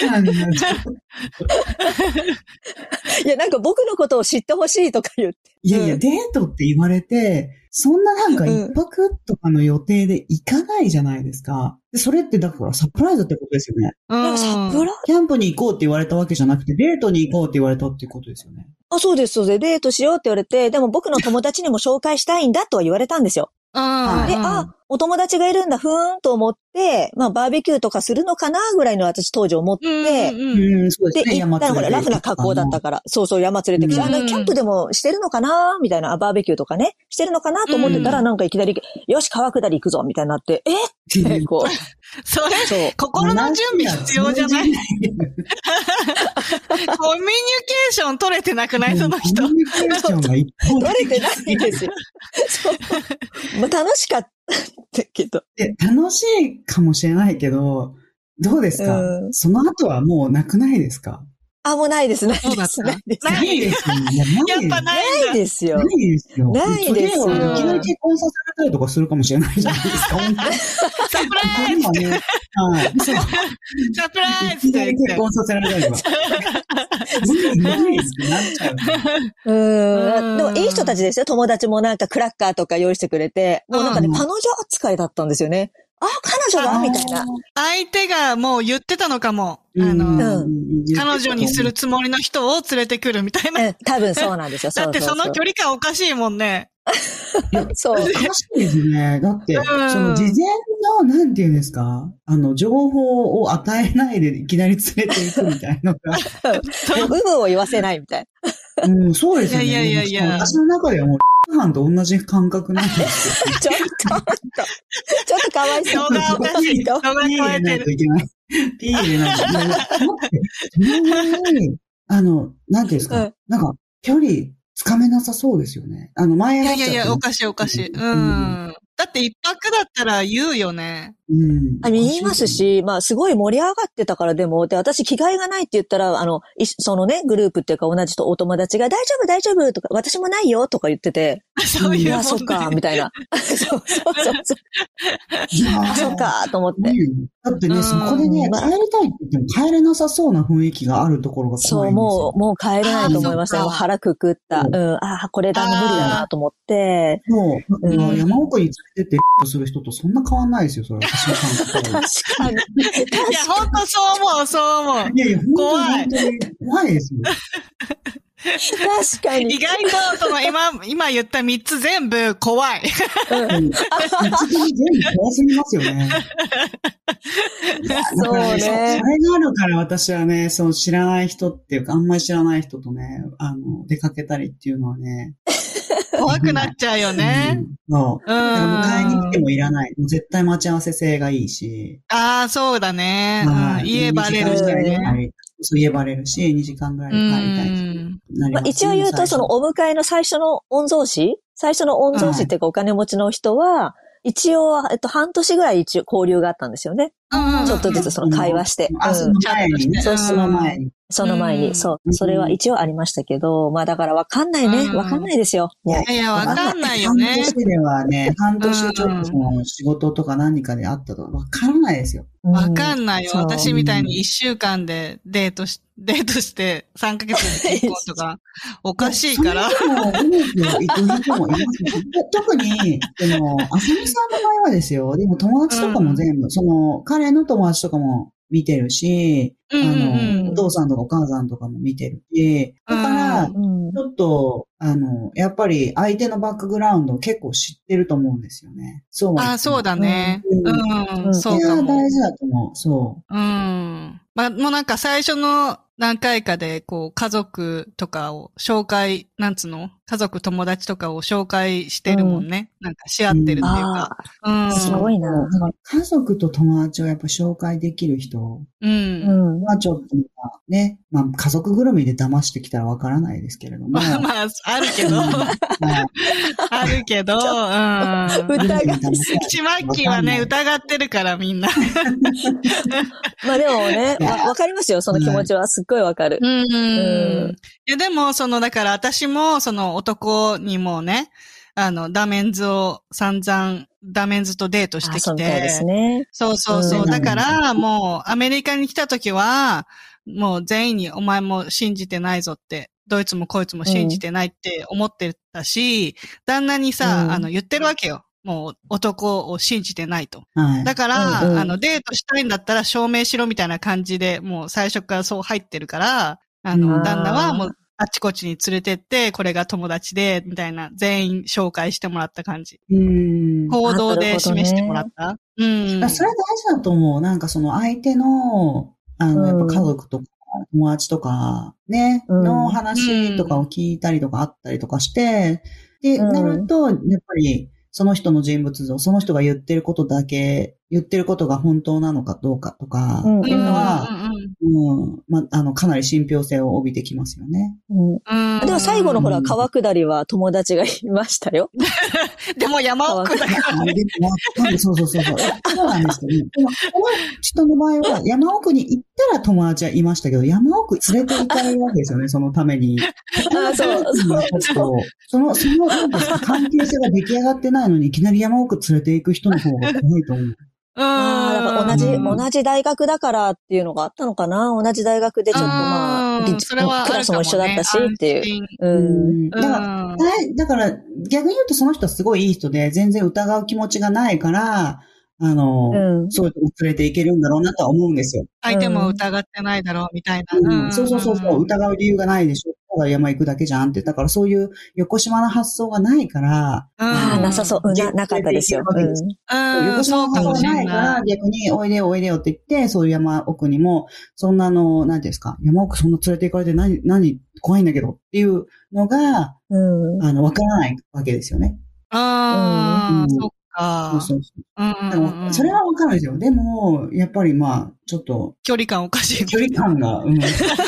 Speaker 3: 感が。距離感が
Speaker 4: いや、なんか僕のことを知ってほしいとか言って。
Speaker 3: いやいや、デートって言われて、そんななんか
Speaker 4: うん
Speaker 3: 一泊とかの予定で行かないじゃないですか。でそれってだからサプライズってことですよね。
Speaker 4: なんかサプラ
Speaker 3: キャンプに行こうって言われたわけじゃなくて、デートに行こうって言われたっていうことですよね。
Speaker 4: あ、そうです、そうです。デートしようって言われて、でも僕の友達にも紹介したいんだとは言われたんですよ。
Speaker 2: うん。
Speaker 4: で、あ、お友達がいるんだ、ふーんと思って、まあ、バーベキューとかするのかなぐらいの私当時思って、
Speaker 2: うんうんうん
Speaker 3: うん、そうで
Speaker 4: で、
Speaker 3: すね。
Speaker 4: 行ったの、ほら、ラフな格好だったから、そうそう、山連れてきて、
Speaker 3: うん
Speaker 4: あ、なんかキャンプでもしてるのかなみたいな、あバーベキューとかね、してるのかなと思ってたら、
Speaker 2: う
Speaker 4: なんかいきなり、よし、川下り行くぞ、みたいになって、えって、こう、
Speaker 2: それ、
Speaker 4: そう。
Speaker 2: 心の準備必要じゃないコミュニケーション取れてなくないその人
Speaker 3: コ。ミュニケーションが一本
Speaker 4: 取れてない ですよ。そう。まあ、楽しかったけど。
Speaker 3: で楽しいかもしれないけど、どうですか
Speaker 4: うん
Speaker 3: その後はもうなくないですか
Speaker 4: あ、もうないです、ない
Speaker 2: そうだ
Speaker 4: で
Speaker 2: った
Speaker 4: す、ない
Speaker 3: で
Speaker 2: ない
Speaker 4: です。
Speaker 3: すよね。いや
Speaker 2: やっぱ
Speaker 3: ない。
Speaker 2: ないんだ
Speaker 4: ないですよ
Speaker 3: な。いですよ。
Speaker 4: ないです
Speaker 3: それをいきなり結婚させられたりとかするかもしれないじゃないですか。本当に
Speaker 2: サプライズ
Speaker 3: 今ね、はい。そう。
Speaker 2: サプライズ
Speaker 3: い
Speaker 2: っ
Speaker 3: きなり
Speaker 2: て言
Speaker 3: 結
Speaker 2: って。
Speaker 3: 婚させられたり は。無理、無理ですってなっちゃう。
Speaker 2: う
Speaker 4: う
Speaker 2: ん
Speaker 4: ん。でも、いい人たちですよ。友達もなんかクラッカーとか用意してくれて、もうなんかね
Speaker 3: う、ん
Speaker 4: 彼女扱いだったんですよね。あ、彼女はみたいな。
Speaker 2: 相手がもう言ってたのかも。あの、彼女にするつもりの人を連れてくるみたいな。
Speaker 4: うん、多分そうなんですよ。
Speaker 2: だって
Speaker 4: う
Speaker 2: そうの
Speaker 4: う
Speaker 2: 距離感おかしいもん ね。
Speaker 4: そ う。
Speaker 3: おかしいですね。だって、
Speaker 2: うん
Speaker 3: その事前の、なんていうんですか、あの、情報を与えないでいきなり連れていくみたいなの が、
Speaker 4: 有無を言わせないみたい
Speaker 3: うん、そうですよね。
Speaker 2: いやいやいやいや
Speaker 3: 私の中ではもう、 犯と同じ感覚なんです
Speaker 4: な。ちょっと、ち ょっとかわい
Speaker 2: 人
Speaker 4: そう。
Speaker 2: がおかしい。人が
Speaker 3: よ。ピー
Speaker 2: 超
Speaker 3: 入
Speaker 2: え
Speaker 3: れな
Speaker 2: て
Speaker 3: い
Speaker 2: る
Speaker 3: と。いけない。ピー入れないといけない。待って、その前に、あの、なんていうんですか、
Speaker 4: うん
Speaker 3: なんか、距離つかめなさそうですよね。あの、前
Speaker 2: いや
Speaker 3: 話
Speaker 2: い
Speaker 3: し
Speaker 2: やい
Speaker 3: ちゃっ
Speaker 2: や、
Speaker 3: た
Speaker 2: おかしいおかしい。うん。だって一泊だったら言うよね。
Speaker 3: うん。
Speaker 4: あ言いますし、まあすごい盛り上がってたからでも、で、私着替えがないって言ったら、あの、いそのね、グループっていうか同じとお友達が、大丈夫大丈夫とか、私もないよとか言ってて、
Speaker 2: そう
Speaker 4: い
Speaker 2: いう
Speaker 4: や、
Speaker 2: も
Speaker 4: そっ
Speaker 2: ん
Speaker 4: か、
Speaker 2: ね。
Speaker 4: みたいな。 そうそ うそうそう。
Speaker 3: おかしい。いやー
Speaker 4: あ、そっか、と思って。
Speaker 3: うんだって
Speaker 2: う
Speaker 3: ね、
Speaker 2: ん
Speaker 3: そこでね、帰りたいって言っても帰れなさそうな雰囲気があるところが
Speaker 4: そ
Speaker 3: 怖
Speaker 4: う、
Speaker 3: いんですよ
Speaker 4: も。う、もう帰れないと思いました。
Speaker 2: あーそっか
Speaker 4: もう腹くくった。う、
Speaker 3: うん
Speaker 4: ああ、これだな、無理だな、と思って。
Speaker 3: もう、
Speaker 4: うん
Speaker 3: あ の山奥に連れてって、ッする人とそんな変わんないですよ、それは。私の感覚
Speaker 4: 確
Speaker 3: は
Speaker 4: か
Speaker 2: い
Speaker 4: に。
Speaker 2: や、ほんとそう思う、そう思う。
Speaker 3: いやいや、本
Speaker 2: 怖い
Speaker 3: 当に、本当に怖いですよ。
Speaker 4: 確か
Speaker 2: 意
Speaker 4: に。
Speaker 2: 外と、その今、 今言った3つ全部怖い。
Speaker 3: うん一度に全部怖すぎますよね。だから
Speaker 4: そう
Speaker 3: そ
Speaker 4: ね
Speaker 3: そ。れがあるから私はね、そう知らない人っていうか、あんまり知らない人とね、あの、出かけたりっていうのはね。
Speaker 2: 怖くなっちゃうよね。
Speaker 3: うん。そう。
Speaker 2: うん。
Speaker 3: だから迎えに来て
Speaker 2: あ
Speaker 3: もいらない。もう絶対待ち合わせ性がいいし。
Speaker 2: あー、そうだね。
Speaker 3: は
Speaker 2: う
Speaker 3: い
Speaker 2: ん。言えばれるし
Speaker 4: し
Speaker 3: 二時間ぐら
Speaker 2: ね。
Speaker 3: いそう言えばれるし、2時間ぐらいで帰りたいし
Speaker 2: うん
Speaker 3: なりま
Speaker 4: まあ
Speaker 3: すね
Speaker 4: 一応言うと、その、お迎えの最初の御曹司最初の御曹司っていうかお金持ちの人は、一応、えっと、半年ぐらい一応交流があったんですよね。
Speaker 2: うん
Speaker 4: ちょっとずつその会話して。
Speaker 3: あ、
Speaker 4: う
Speaker 3: そ
Speaker 4: ん
Speaker 3: の前にね。
Speaker 2: ちゃんとして
Speaker 3: その前に。
Speaker 4: その前
Speaker 2: う
Speaker 4: に、
Speaker 2: ん
Speaker 4: そうう。
Speaker 3: ん
Speaker 4: それは一応ありましたけど、まあだからわかんないね。
Speaker 2: うん
Speaker 4: わかんないですよ。もう
Speaker 2: いやいや、わかんないよね
Speaker 3: 半。年ではね、半年ちょっとその仕事とか何かであったとわからないですよ。
Speaker 4: う
Speaker 2: わか
Speaker 4: ん
Speaker 2: んないよ。
Speaker 4: そう
Speaker 2: 私みたいに1週間でデートし、デートして3ヶ月で結婚とか、おかしいから。
Speaker 3: その人も、行く人もいますし特に、でも、あさみさんの場合はですよ。でも友達とかも全部、その、彼の友達とかも見てるし、
Speaker 2: うんうん
Speaker 3: あ
Speaker 2: うん
Speaker 3: の、お父さんとかお母さんとかも見てるし、だから、
Speaker 4: うん
Speaker 3: ちょっと、あの、やっぱり相手のバックグラウンドを結構知ってると思うんですよね。そうは言っても。
Speaker 2: ああ、そうだね。
Speaker 3: う
Speaker 2: うん、
Speaker 4: うん
Speaker 2: そうか
Speaker 3: いや
Speaker 2: も
Speaker 3: 大。事だと思う。そ
Speaker 2: うん。まあ、もうなんか最初の何回かで、こう、家族とかを紹介、なんつうの家族、友達とかを紹介してるもんね。なんかし合ってるっていう
Speaker 4: あ
Speaker 2: か。うん。
Speaker 4: あ、すごいな
Speaker 3: う。。だから家族と友達をやっぱ紹介できる人
Speaker 2: う。
Speaker 4: うんん。
Speaker 3: はちょっとね、まあ家族ぐるみで騙してきたらわからないですけれども。
Speaker 2: まあまあ、あるけど、
Speaker 3: はい
Speaker 2: あるけど、うん。
Speaker 4: 疑いすぎ。
Speaker 2: ちまっきーはね、疑ってるからみんな。
Speaker 4: まあでもね、わわかりますよ。その気持ちはすっごいわかる。
Speaker 2: う
Speaker 4: うん
Speaker 2: ん。いや、でも、その、だから私も、その男にもね、あの、ダメンズを散々、ダメンズとデートして
Speaker 4: あそう
Speaker 2: き
Speaker 4: み
Speaker 2: て。
Speaker 4: たいですね。
Speaker 2: そうそうそ
Speaker 3: う
Speaker 2: う。
Speaker 3: ん
Speaker 2: だから、もう、アメリカに来た時は、もう全員にお前も信じてないぞって、ドイツもこいつも信じてないって思ってたし、旦那にさ、
Speaker 4: うん
Speaker 2: あの、言ってるわけよ。もう男を信じてないと。
Speaker 3: はい。
Speaker 2: だから、
Speaker 4: うんうん
Speaker 2: あの、デートしたいんだったら証明しろみたいな感じで、もう最初からそう入ってるから、あの、
Speaker 3: うん
Speaker 2: 旦那はもう、あっちこっちに連れてって、これが友達で、みたいな、全員紹介してもらった感じ。
Speaker 3: うん。
Speaker 2: 行動で示して
Speaker 4: あなるほどね
Speaker 2: もらった。うん。
Speaker 3: だからそれは大事だと思う。なんかその相手の、あの、やっぱ家族とか、友達とか、ね、
Speaker 4: うん
Speaker 3: の話とかを聞いたりとかあったりとかして、で、
Speaker 4: うん
Speaker 3: なると、やっぱり、その人の人物像、その人が言ってることだけ、言ってることが本当なのかどうかとか、
Speaker 4: うん
Speaker 3: っていうのは、
Speaker 2: うんうんうん
Speaker 3: うん、ま、あの、かなり信憑性を帯びてきますよね。
Speaker 4: うん。
Speaker 2: うん
Speaker 4: でも最後のほ
Speaker 3: う
Speaker 4: ら、
Speaker 3: ん
Speaker 4: 川下りは友達がいました よ。
Speaker 2: でも山奥だから。
Speaker 3: あでもなんかそうそうそうそう。そうなんですけど、でもこの人の場合は、山奥に行ったら友達はいましたけど、山奥連れて行かれるわけです よね、そのために。
Speaker 4: あ そうそう
Speaker 3: ちょっと、その、その、なんですか、関係性が出来上がってないのに、いきなり山奥連れて行く人の方が怖いと思う。
Speaker 2: うん。
Speaker 4: ああ、だから同じ、
Speaker 3: うん
Speaker 4: 同じ大学だからっていうのがあったのかな。同じ大学でちょっとまあ、
Speaker 2: うん
Speaker 4: り
Speaker 2: それはあるかもね
Speaker 4: クラスも一緒だったしっていう。
Speaker 2: 安心
Speaker 4: うん。
Speaker 3: だから、
Speaker 2: うん
Speaker 3: だだから、逆に言うとその人はすごいいい人で、全然疑う気持ちがないから、あの、
Speaker 4: うん
Speaker 3: そういうとこ連れていけるんだろうなとは思うんですよ。
Speaker 2: 相手も疑ってないだろうみたいな。
Speaker 3: うんそうそうそうそう、
Speaker 2: ん。
Speaker 3: 疑う理由がないでしょ。ただ山行くだけじゃんって。だからそういう横島な発想がないから、
Speaker 4: ああ、なさそう。うんな、
Speaker 3: 逆に
Speaker 4: なかったですよ。
Speaker 3: できるわけです
Speaker 2: うん。う
Speaker 3: 横
Speaker 2: ん、そ
Speaker 3: 島
Speaker 2: う
Speaker 3: の
Speaker 2: か
Speaker 3: 発
Speaker 2: も
Speaker 3: 想
Speaker 2: し
Speaker 3: が
Speaker 2: れ
Speaker 3: ないか
Speaker 2: ない。
Speaker 3: ら、逆においでよおいでよって言って、そういう山奥にも、そんなあの、何ですか、山奥そんな連れて行かれて何、何、怖いんだけどっていうのが、
Speaker 4: うん。うん
Speaker 3: あの、わからないわけですよね。う
Speaker 2: ああ、
Speaker 3: ん
Speaker 2: そっか。
Speaker 3: そうそうそう
Speaker 2: うんうんうん
Speaker 3: だからそれはわかるんですよ。でも、やっぱりまあ、ちょっと、
Speaker 2: 距離感おかしい。
Speaker 3: 距離感が、 うん。うん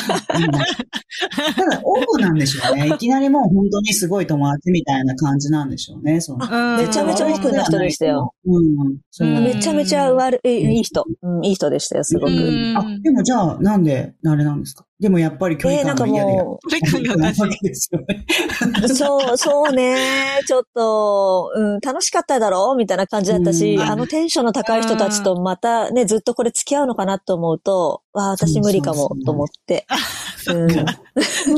Speaker 3: ただ、オフなんでしょう ね。いきなりもう本当にすごい友達みたいな感じなんでしょうね。その
Speaker 2: うん
Speaker 4: めちゃめちゃオープンな人でしたよ。
Speaker 3: うん。そう
Speaker 2: うん
Speaker 4: めちゃめちゃ悪い、いい人。うん、いい人でしたよ、すごく。
Speaker 2: うん
Speaker 4: え
Speaker 3: あ、でもじゃあ、なんで、あれなんですかでもやっぱり距離
Speaker 4: ー、な
Speaker 3: 感
Speaker 4: ん
Speaker 3: が
Speaker 4: か
Speaker 3: 嫌で やる。
Speaker 4: も
Speaker 2: 距離感がおかしい。
Speaker 3: ですよね。
Speaker 4: う、そう、そうね、ちょっと、うん、楽しかっただろうみたいな感じだったし、
Speaker 3: うん
Speaker 4: あのテンションの高い人たちとまたね、ずっとこれ付き合うのかなと思うと、わあ、私無理かも、と思って。うん
Speaker 3: 本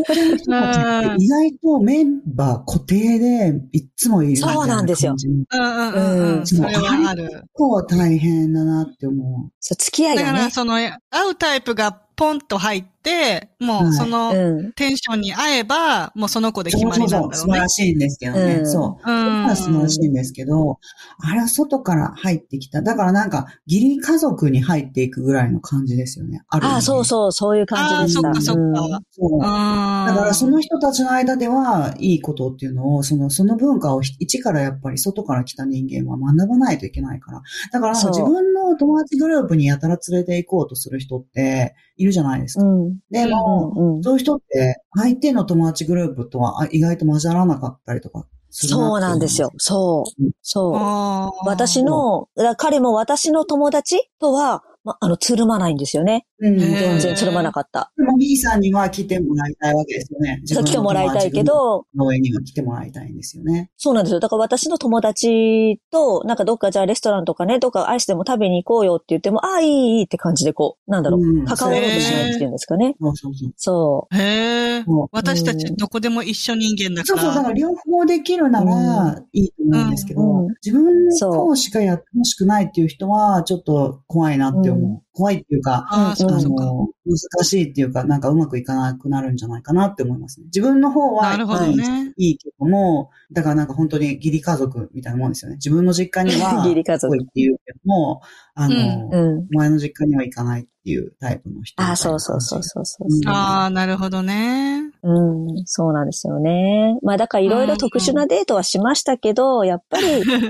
Speaker 3: 当に人たちって意外とメンバー固定で、いっつもいるみたいな感じ。
Speaker 4: そうなんですよ
Speaker 2: うんうんう。
Speaker 4: うんん
Speaker 2: それはある。
Speaker 3: 結構大変だなって思
Speaker 4: そう、付き合い
Speaker 2: だか
Speaker 4: がね
Speaker 2: ら、。その、会うタイプがポンと入って、もうその、
Speaker 4: うん。
Speaker 2: テンションに合えば、もうその子
Speaker 3: う。
Speaker 2: で決
Speaker 3: そう
Speaker 2: ま
Speaker 3: そ
Speaker 2: り
Speaker 3: う
Speaker 2: な
Speaker 3: そ
Speaker 2: ん
Speaker 3: う。
Speaker 2: だろ
Speaker 3: 素
Speaker 2: う
Speaker 3: 晴
Speaker 2: ね
Speaker 3: ら。しいんですけどね。
Speaker 4: うん
Speaker 3: そう。
Speaker 2: う
Speaker 3: そこは素晴らしい
Speaker 2: ん。
Speaker 3: んですけど、あれは外から入ってきた。だからなんか、義理家族に入っていくぐらいの感じですよね。ある意味
Speaker 4: ああ、そうそう、そういう
Speaker 2: あ
Speaker 4: 感
Speaker 2: あ、
Speaker 4: じ
Speaker 2: そ
Speaker 4: でし。
Speaker 2: ったかそっ
Speaker 4: うん
Speaker 2: か。
Speaker 3: そう。だ
Speaker 2: だ
Speaker 3: からその人たちの間では、いいことっていうのを、その、その文化をひ一からやっぱり外から来た人間は学ばないといけないから。だから
Speaker 4: そう
Speaker 3: 自分の友達グループにやたら連れて行こうとする人っているじゃないですか。
Speaker 4: うん。
Speaker 3: でも、
Speaker 4: うんうん
Speaker 3: そういう人って相手の友達グループとはあ意外と混ざらなかったりとかする
Speaker 4: そうなんですよ。。そう
Speaker 3: うん。
Speaker 4: そう。
Speaker 2: の
Speaker 4: 私の、だから彼も私の友達とは、ま、あの、つるまないんですよね。
Speaker 3: うん。
Speaker 2: へー
Speaker 3: で
Speaker 4: 全然つるまなかった。
Speaker 3: も B さんには来てもらいたいわけですよね。自
Speaker 4: そう
Speaker 3: 分の
Speaker 4: 来てもらいたいけ
Speaker 3: 友達グ
Speaker 4: ど、
Speaker 3: ループの応援には来てもらいたいんですよね。
Speaker 4: そうなんですよ。だから私の友達と、なんかどっかじゃあレストランとかね、どっかアイスでも食べに行こうよって言っても、ああ、いい、いいって感じでこう、なんだろう、
Speaker 3: うん
Speaker 4: 関わろうとしないっていうんですかね。
Speaker 3: そうそうそう。
Speaker 4: そ
Speaker 2: へえ。
Speaker 3: そう
Speaker 2: 私たちどこでも一緒人間だ
Speaker 3: そう
Speaker 2: か。
Speaker 3: そう、だからら両方できるならいいと思うんですけど、
Speaker 4: うん
Speaker 3: 自分の
Speaker 4: そう
Speaker 3: 方しかやってほしくないっていう人は、ちょっと怖いなって思う。
Speaker 4: う
Speaker 3: 怖いっていうか、
Speaker 2: ああ、そう
Speaker 3: あ
Speaker 2: かそうか。
Speaker 3: の、難しいっていうか、なんかうまくいかなくなるんじゃないかなって思いますね。自分の方は、
Speaker 2: なるほど
Speaker 3: うん
Speaker 2: ね。
Speaker 3: いいけども、だからなんか本当に義理家族みたいなもんですよね。自分の実家には、
Speaker 4: 義理家族
Speaker 3: 来いっていうけども、あの、
Speaker 4: う。うん。
Speaker 3: お前の実家には行かないっていうタイプの人みたいな感じ。
Speaker 4: ああ、そうそうそうそうそう。
Speaker 3: うん
Speaker 2: ああ、なるほどね。
Speaker 4: うん、そうなんですよね。まあだからいろいろ特殊なデートはしましたけど、やっぱり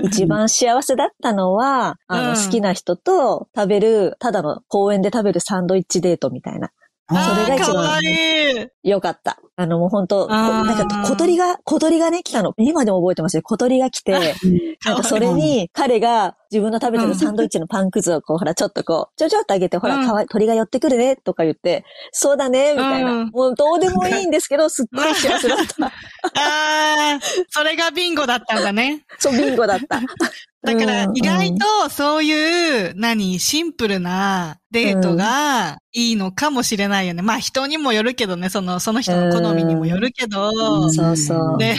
Speaker 4: 一番幸せだったの は、あ
Speaker 2: うん
Speaker 4: の好きな人と食べる、ただの公園で食べるサンドイッチデートみたいな。
Speaker 3: あー
Speaker 4: それが一
Speaker 2: か
Speaker 4: 番
Speaker 2: わ いい。
Speaker 4: よかった。あのもう本当こ
Speaker 2: あー
Speaker 4: なんか小鳥が、小鳥がね、来たの。今でも覚えてますよ。小鳥が来て、なんかそれに彼が自分の食べてるサンドイッチのパンくずをこう、ほら、ちょっとこう、ちょちょっとあげて、ほ
Speaker 2: うん
Speaker 4: ら、かわい鳥が寄ってくるね、とか言って、そうだね、みたいな。
Speaker 2: うん
Speaker 4: もうどうでもいいんですけど、すっごい幸せ だった。
Speaker 2: ああ、それがビンゴだったんだね。
Speaker 4: そう、ビンゴだった。
Speaker 2: だから
Speaker 4: うん
Speaker 2: 意外とそういう、何、シンプルなデートがいいのかもしれないよね。まあ人にもよるけどね、その、その人の好みにもよるけど、
Speaker 3: うん
Speaker 4: そうそう
Speaker 2: で、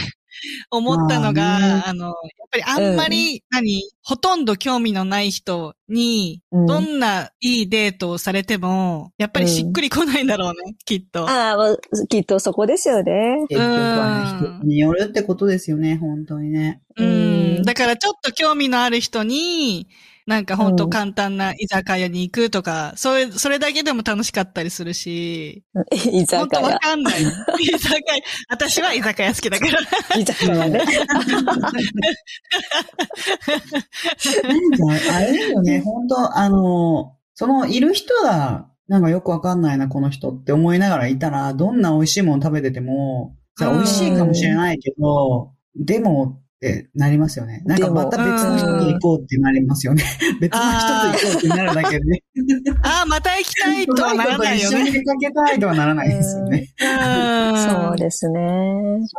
Speaker 2: 思ったのが、
Speaker 3: まあね
Speaker 2: あの、やっぱりあんまり、何、ほとんど興味のない人に、
Speaker 4: うん
Speaker 2: どんないいデートをされても、やっぱりしっくりこないんだろうね、きっと。
Speaker 4: ああ、もうきっとそこですよね。
Speaker 3: 結局はね
Speaker 2: うん
Speaker 3: 人によるってことですよね、本当にね。
Speaker 2: うん。
Speaker 4: うん
Speaker 2: だからちょっと興味のある人に、なんか本当
Speaker 4: うん
Speaker 2: 簡単な居酒屋に行くとか、それ、それだけでも楽しかったりするし、
Speaker 4: 居
Speaker 2: 本
Speaker 4: 酒
Speaker 2: 当わ
Speaker 4: 屋。
Speaker 2: かんない。居酒屋、私は居酒屋好きだから。
Speaker 4: 居酒屋ね。
Speaker 3: なんか、あれだよね、本当あの、その、いる人が、なんかよくわかんないな、この人って思いながらいたら、どんな美味しいもの食べてても、それ
Speaker 2: うん
Speaker 3: 美味しいかもしれないけど、でもってなりますよね。なんかまた
Speaker 4: で
Speaker 3: 別
Speaker 2: も
Speaker 3: の人と行こうってなりますよね。 別の人と行こうってなるだけでね。
Speaker 2: ああ、また行きたいとはならないよ
Speaker 3: うま
Speaker 2: ね。
Speaker 3: いこと一緒に出かけたいとはならないですよね。
Speaker 2: うん。
Speaker 4: そうですね。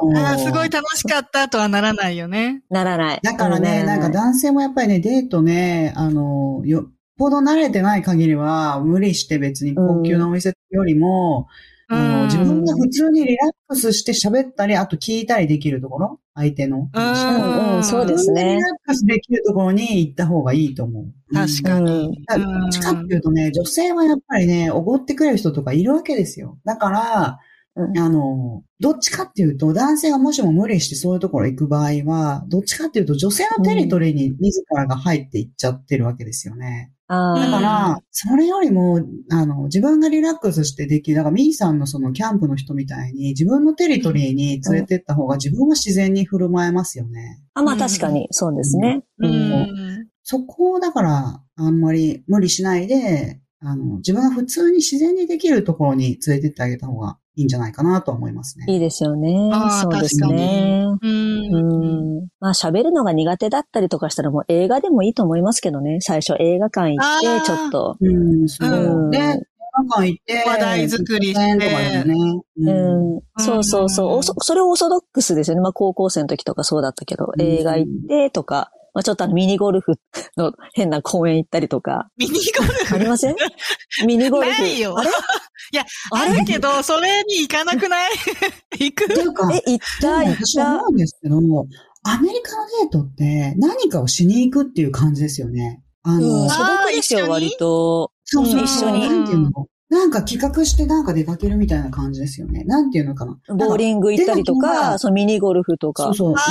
Speaker 3: そう
Speaker 2: ああ、すごい楽しかったとはならないよね。
Speaker 4: ならない。
Speaker 3: だからね、
Speaker 4: う
Speaker 3: なんか男性もやっぱりね、デートね、あの、よっぽど慣れてない限りは、無理して別に高級なお店よりも、あの
Speaker 2: うん
Speaker 3: 自分が普通にリラックスして喋ったり、あと聞いたりできるところ、相手の。
Speaker 4: う
Speaker 2: うん
Speaker 4: んうん、そうです
Speaker 3: リ
Speaker 4: ね
Speaker 3: ラ。ックスできるところに行った方がいいと思う。
Speaker 2: 確かに。
Speaker 3: だからどっちかっていうとね、女性はやっぱりね、おごってくれる人とかいるわけですよ。だから、
Speaker 4: うん
Speaker 3: あの、どっちかっていうと、男性がもしも無理してそういうところ行く場合は、どっちかっていうと女性のテリトリーに自らが入っていっちゃってるわけですよね。だ
Speaker 4: あ
Speaker 3: か
Speaker 4: あ、
Speaker 3: ら、それよりも、あの、自分がリラックスしてできる、だからミーさんのそのキャンプの人みたいに、自分のテリトリーに連れてった方が自分は自然に振る舞えますよね。
Speaker 4: あ、まあ確かに、そうですね。
Speaker 2: う
Speaker 4: うん
Speaker 2: ん。
Speaker 3: そこをだから、あんまり無理しないで、あの、自分が普通に自然にできるところに連れてってあげた方がいいんじゃないかなとは思いますね。
Speaker 4: いいですよね
Speaker 2: あ。あ
Speaker 4: そうですね。
Speaker 2: うん。
Speaker 4: うん。まあ喋るのが苦手だったりとかしたらもう映画でもいいと思いますけどね。最初映画館行
Speaker 2: あ
Speaker 4: っ
Speaker 2: ー
Speaker 4: て、ちょっと。
Speaker 3: うん、そうう。
Speaker 4: ん
Speaker 3: で、映画館行って、
Speaker 2: 話題作りして
Speaker 3: 喫茶店とかでも
Speaker 4: う
Speaker 3: ね。うん
Speaker 4: ん。そうそうそう。おそそれオーソドックスですよね。まあ高校生の時とかそうだったけど、
Speaker 3: うん
Speaker 4: 映画行ってとか、まあちょっとあのミニゴルフの 変な公園行ったりとか。
Speaker 2: ミニゴルフ
Speaker 4: ありませ んミニゴルフ。
Speaker 2: ないよ
Speaker 4: あれ
Speaker 2: いや、
Speaker 4: あ
Speaker 2: あ
Speaker 4: れ
Speaker 2: るけど、それに行かなくない 行く
Speaker 3: というか、
Speaker 4: え、行った、
Speaker 3: で
Speaker 4: 行
Speaker 3: も
Speaker 4: っ
Speaker 3: 私
Speaker 4: た
Speaker 3: 思。うんですけど、アメリカのデートって何かをしに行くっていう感じですよね。あ
Speaker 4: う
Speaker 3: の
Speaker 4: ん、、素
Speaker 2: あ
Speaker 4: 朴です
Speaker 2: あ
Speaker 4: よ、
Speaker 2: ー
Speaker 4: 割と。
Speaker 3: そうそう、
Speaker 4: 一緒に
Speaker 3: なんていうのなんか企画してなんか出かけるみたいな感じですよね。なんていうのかな。
Speaker 4: ボーリング行ったりと
Speaker 3: 出た日
Speaker 4: か、
Speaker 3: が
Speaker 4: そのミニゴルフとか。
Speaker 3: そうそう。なんか、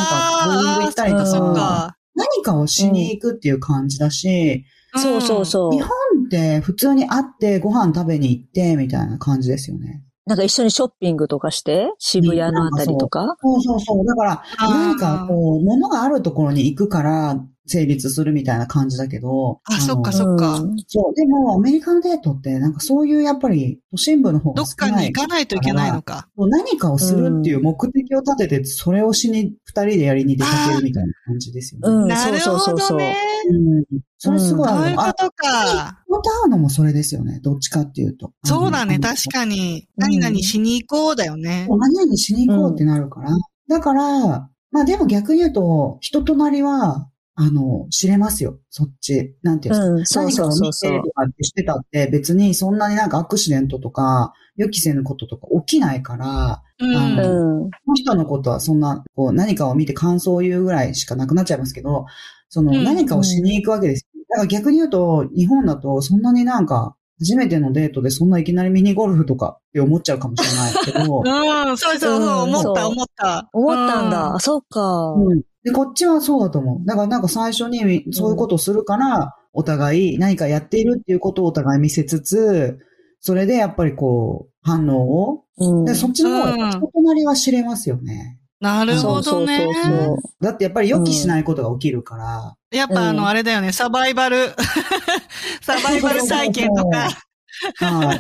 Speaker 3: ボーリング行ったりと
Speaker 4: あー
Speaker 2: そっ
Speaker 3: か、
Speaker 2: か。
Speaker 3: 何かをしに行くっていう感じだし、
Speaker 4: そうそうそう
Speaker 3: 日本って普通に会ってご飯食べに行ってみたいな感じですよね。
Speaker 4: なんか一緒にショッピングとかして、渋谷のあたりとか。
Speaker 3: そうそうそう。だから、
Speaker 2: あー
Speaker 3: 何かこう、物があるところに行くから成立するみたいな感じだけど。
Speaker 2: あ
Speaker 3: の
Speaker 2: そっかそっか
Speaker 4: うん
Speaker 3: そう。でも、アメリカのデートって、なんかそういうやっぱり、都心部の方
Speaker 2: ど
Speaker 3: が
Speaker 2: っ
Speaker 3: 少
Speaker 2: か
Speaker 3: な
Speaker 2: に
Speaker 3: い
Speaker 2: 行。かないといけないのか。
Speaker 3: もう何かをするっていう目的を立てて、それをしに、二人でやりに出かけるみたいな感じですよね。
Speaker 4: うん、
Speaker 2: な
Speaker 4: そう
Speaker 2: る
Speaker 4: そうそ
Speaker 2: ほ
Speaker 4: うそ
Speaker 2: ど
Speaker 4: う。
Speaker 2: ね。
Speaker 3: うんそれすごいあ
Speaker 2: そう
Speaker 3: る
Speaker 2: いう
Speaker 3: の。あ、
Speaker 2: ことか。
Speaker 3: 人と会うのもそれですよね。どっちかっていうと。
Speaker 2: そうだ
Speaker 3: あ
Speaker 2: ね、
Speaker 3: の
Speaker 2: 確かに。何々しに行こうだよね。
Speaker 3: 何々しに行こうってなるから。だから、まあでも逆に言うと、人となりは、あの、知れますよ。そっち。なんていうんですか。
Speaker 4: うん、そうそうそうそ
Speaker 3: 何
Speaker 4: う
Speaker 3: かを見て。とかってしてたって、別にそんなになんかアクシデントとか、予期せぬこととか起きないから、
Speaker 2: うん。
Speaker 3: あ
Speaker 4: う
Speaker 3: のこ
Speaker 4: ん。
Speaker 3: の人のことはそんな、こう、何かを見て感想を言うぐらいしかなくなっちゃいますけど、その、
Speaker 2: うん
Speaker 3: 何かをしに行くわけです。だから逆に言うと、日本だとそんなになんか、初めてのデートでそんないきなりミニゴルフとかって思っちゃうかもしれないけど、
Speaker 2: うん、そうそうそう、
Speaker 4: うん
Speaker 2: 思った、
Speaker 4: そう
Speaker 2: 思った。
Speaker 4: 思ったんだ。
Speaker 2: う
Speaker 4: あそうか。
Speaker 3: うん。で、こっちはそうだと思う。だからなんか最初にそういうことをするから、お互い何かやっているっていうことをお互い見せつつ、それでやっぱりこう、反応を。
Speaker 4: うん
Speaker 3: で、そっちの方が
Speaker 2: うん
Speaker 3: 人となりは知れますよね。
Speaker 2: なるほどね
Speaker 4: そう。そうそう
Speaker 3: だってやっぱり予期しないことが起きるから。
Speaker 2: やっぱあ
Speaker 4: うん
Speaker 2: の、あれだよね、サバイバル、 サバイバル体験とか。
Speaker 3: はい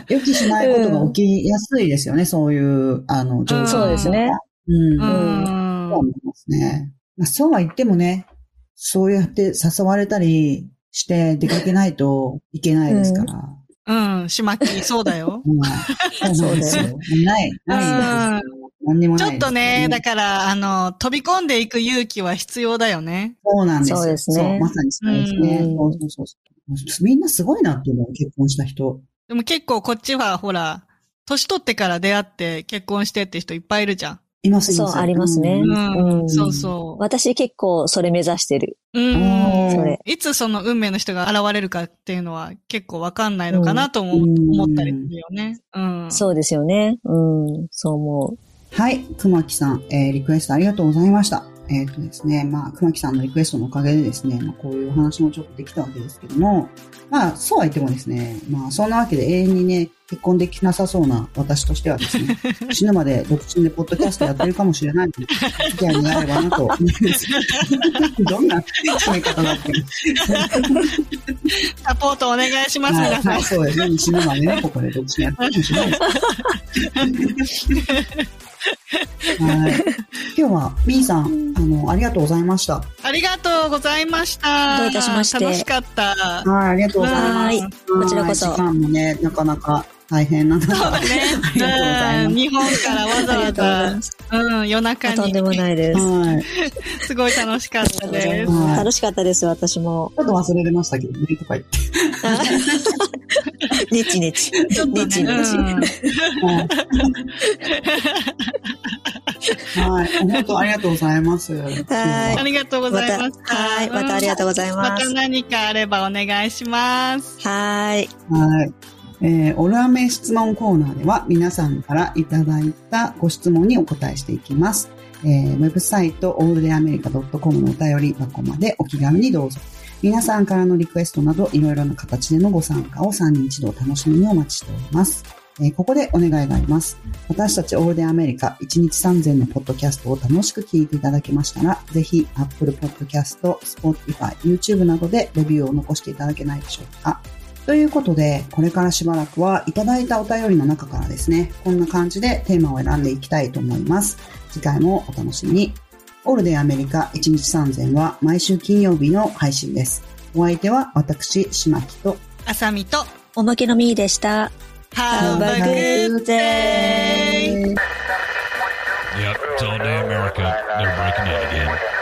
Speaker 3: 予期しないことが起きやすいですよね、そういう、あの、状況
Speaker 4: そうですね。
Speaker 3: うん。
Speaker 2: う。
Speaker 3: そうん思いますね。まあ、そうは言ってもね、そうやって誘われたりして出かけないといけないですから。
Speaker 2: うん、しまき、そう だよ。
Speaker 3: うんそうですよ。ない、ないですよ。何にも
Speaker 2: ち
Speaker 3: ない
Speaker 2: ょっとね、だ
Speaker 3: け
Speaker 2: から、あの、飛び込んでいく勇気は必要だよね。
Speaker 3: そうなんですよ。
Speaker 4: そうですね
Speaker 3: そうまさにそうですね。
Speaker 4: うん
Speaker 3: そうそうそうそう。みんなすごいなっていうのを結婚した人。
Speaker 2: でも結構こっちは、ほら、年取ってから出会って結婚してって人いっぱいいるじゃん。
Speaker 3: います、い
Speaker 4: そ
Speaker 3: ま
Speaker 4: う、
Speaker 3: す。
Speaker 4: ありますね。
Speaker 2: う
Speaker 4: うん
Speaker 2: ん、そうそ
Speaker 4: 私結構それ目指してる。
Speaker 2: う。うん
Speaker 3: うん
Speaker 4: それ。
Speaker 2: いつその運命の人が現れるかっていうのは結構わかんないのかなとも
Speaker 3: うん
Speaker 2: 思ったりするよね。うん。
Speaker 4: そうですよね。うん、そう思
Speaker 3: はい。熊木さん、えーリクエストありがとうございました。えっ、とですね、まあ、熊木さんのリクエストのおかげでですね、まあ、こういうお話もちょっとできたわけですけども、まあ、そうは言ってもですね、まあ、そんなわけで永遠にね、結婚できなさそうな私としてはですね、死ぬまで独身でポッドキャストやってるかもしれないので、機会になればなと思います。どんな締め方だって。
Speaker 2: サポートお願いします、
Speaker 3: はい
Speaker 2: 皆さ
Speaker 3: は
Speaker 2: ん
Speaker 3: い、。そうですね。死ぬまで ね、ここで独身やってるかもしれないです。はい。今日は、B さん、あの、ありがとうございました。
Speaker 2: ありがとうございました。
Speaker 4: どういたしまして
Speaker 2: 楽しかった。
Speaker 3: はい、ありがとう
Speaker 2: う
Speaker 3: ございます。
Speaker 4: はい
Speaker 2: ん
Speaker 4: こちらこそ
Speaker 3: はい時間もね、なかなか大変なのが。
Speaker 2: そうだ
Speaker 3: あ
Speaker 2: ね
Speaker 3: りがとうござい。
Speaker 2: うん
Speaker 3: ま。
Speaker 2: 日本からわざ
Speaker 4: う。あ
Speaker 2: わ
Speaker 4: りがとうござい
Speaker 2: ざ
Speaker 4: ま、す。
Speaker 2: うん、夜中
Speaker 4: あとんでも
Speaker 2: に。
Speaker 4: ないですす。
Speaker 3: はい。
Speaker 2: すごい楽しかっ
Speaker 4: あ
Speaker 2: た
Speaker 4: りがとうござい
Speaker 2: です。
Speaker 4: ます
Speaker 3: はい
Speaker 4: 楽しかったです、私も。
Speaker 3: ちょっと忘れてましたけどね、とか言って。
Speaker 4: ネチネチ。
Speaker 2: ちょっと
Speaker 4: ネチ
Speaker 2: ね。
Speaker 4: ネチ。
Speaker 2: うん
Speaker 3: はい。本当ありがとうございます。
Speaker 4: はい
Speaker 2: ありがとうご
Speaker 4: ま
Speaker 2: ざい
Speaker 4: た、
Speaker 2: ました。
Speaker 4: はい、またありがとうござい
Speaker 2: ま
Speaker 4: ま
Speaker 2: た
Speaker 4: す。
Speaker 2: 何かあればお願いします。
Speaker 4: はい。
Speaker 3: はい。えー、オルアメ質問コーナーでは皆さんからいただいたご質問にお答えしていきます。えー、ウェブサイトオールデアメリカ .com のお便り箱までお気軽にどうぞ。皆さんからのリクエストなどいろいろな形でのご参加を3人一度お楽しみにお待ちしております。えーここでお願いがあります。私たちオールデンアメリカ1日3000のポッドキャストを楽しく聞いていただけましたら、ぜひ Apple Podcast、Spotify、YouTube などでレビューを残していただけないでしょうか。ということで、これからしばらくはいただいたお便りの中からですね、こんな感じでテーマを選んでいきたいと思います。次回もお楽しみに。オールデンアメリカ1日3000は毎週金曜日の配信です。お相手は私、島木と
Speaker 2: あさみと、
Speaker 4: おまけのみーでした。
Speaker 2: Have a good day!
Speaker 1: Yep, it's all day America. They're breaking out again.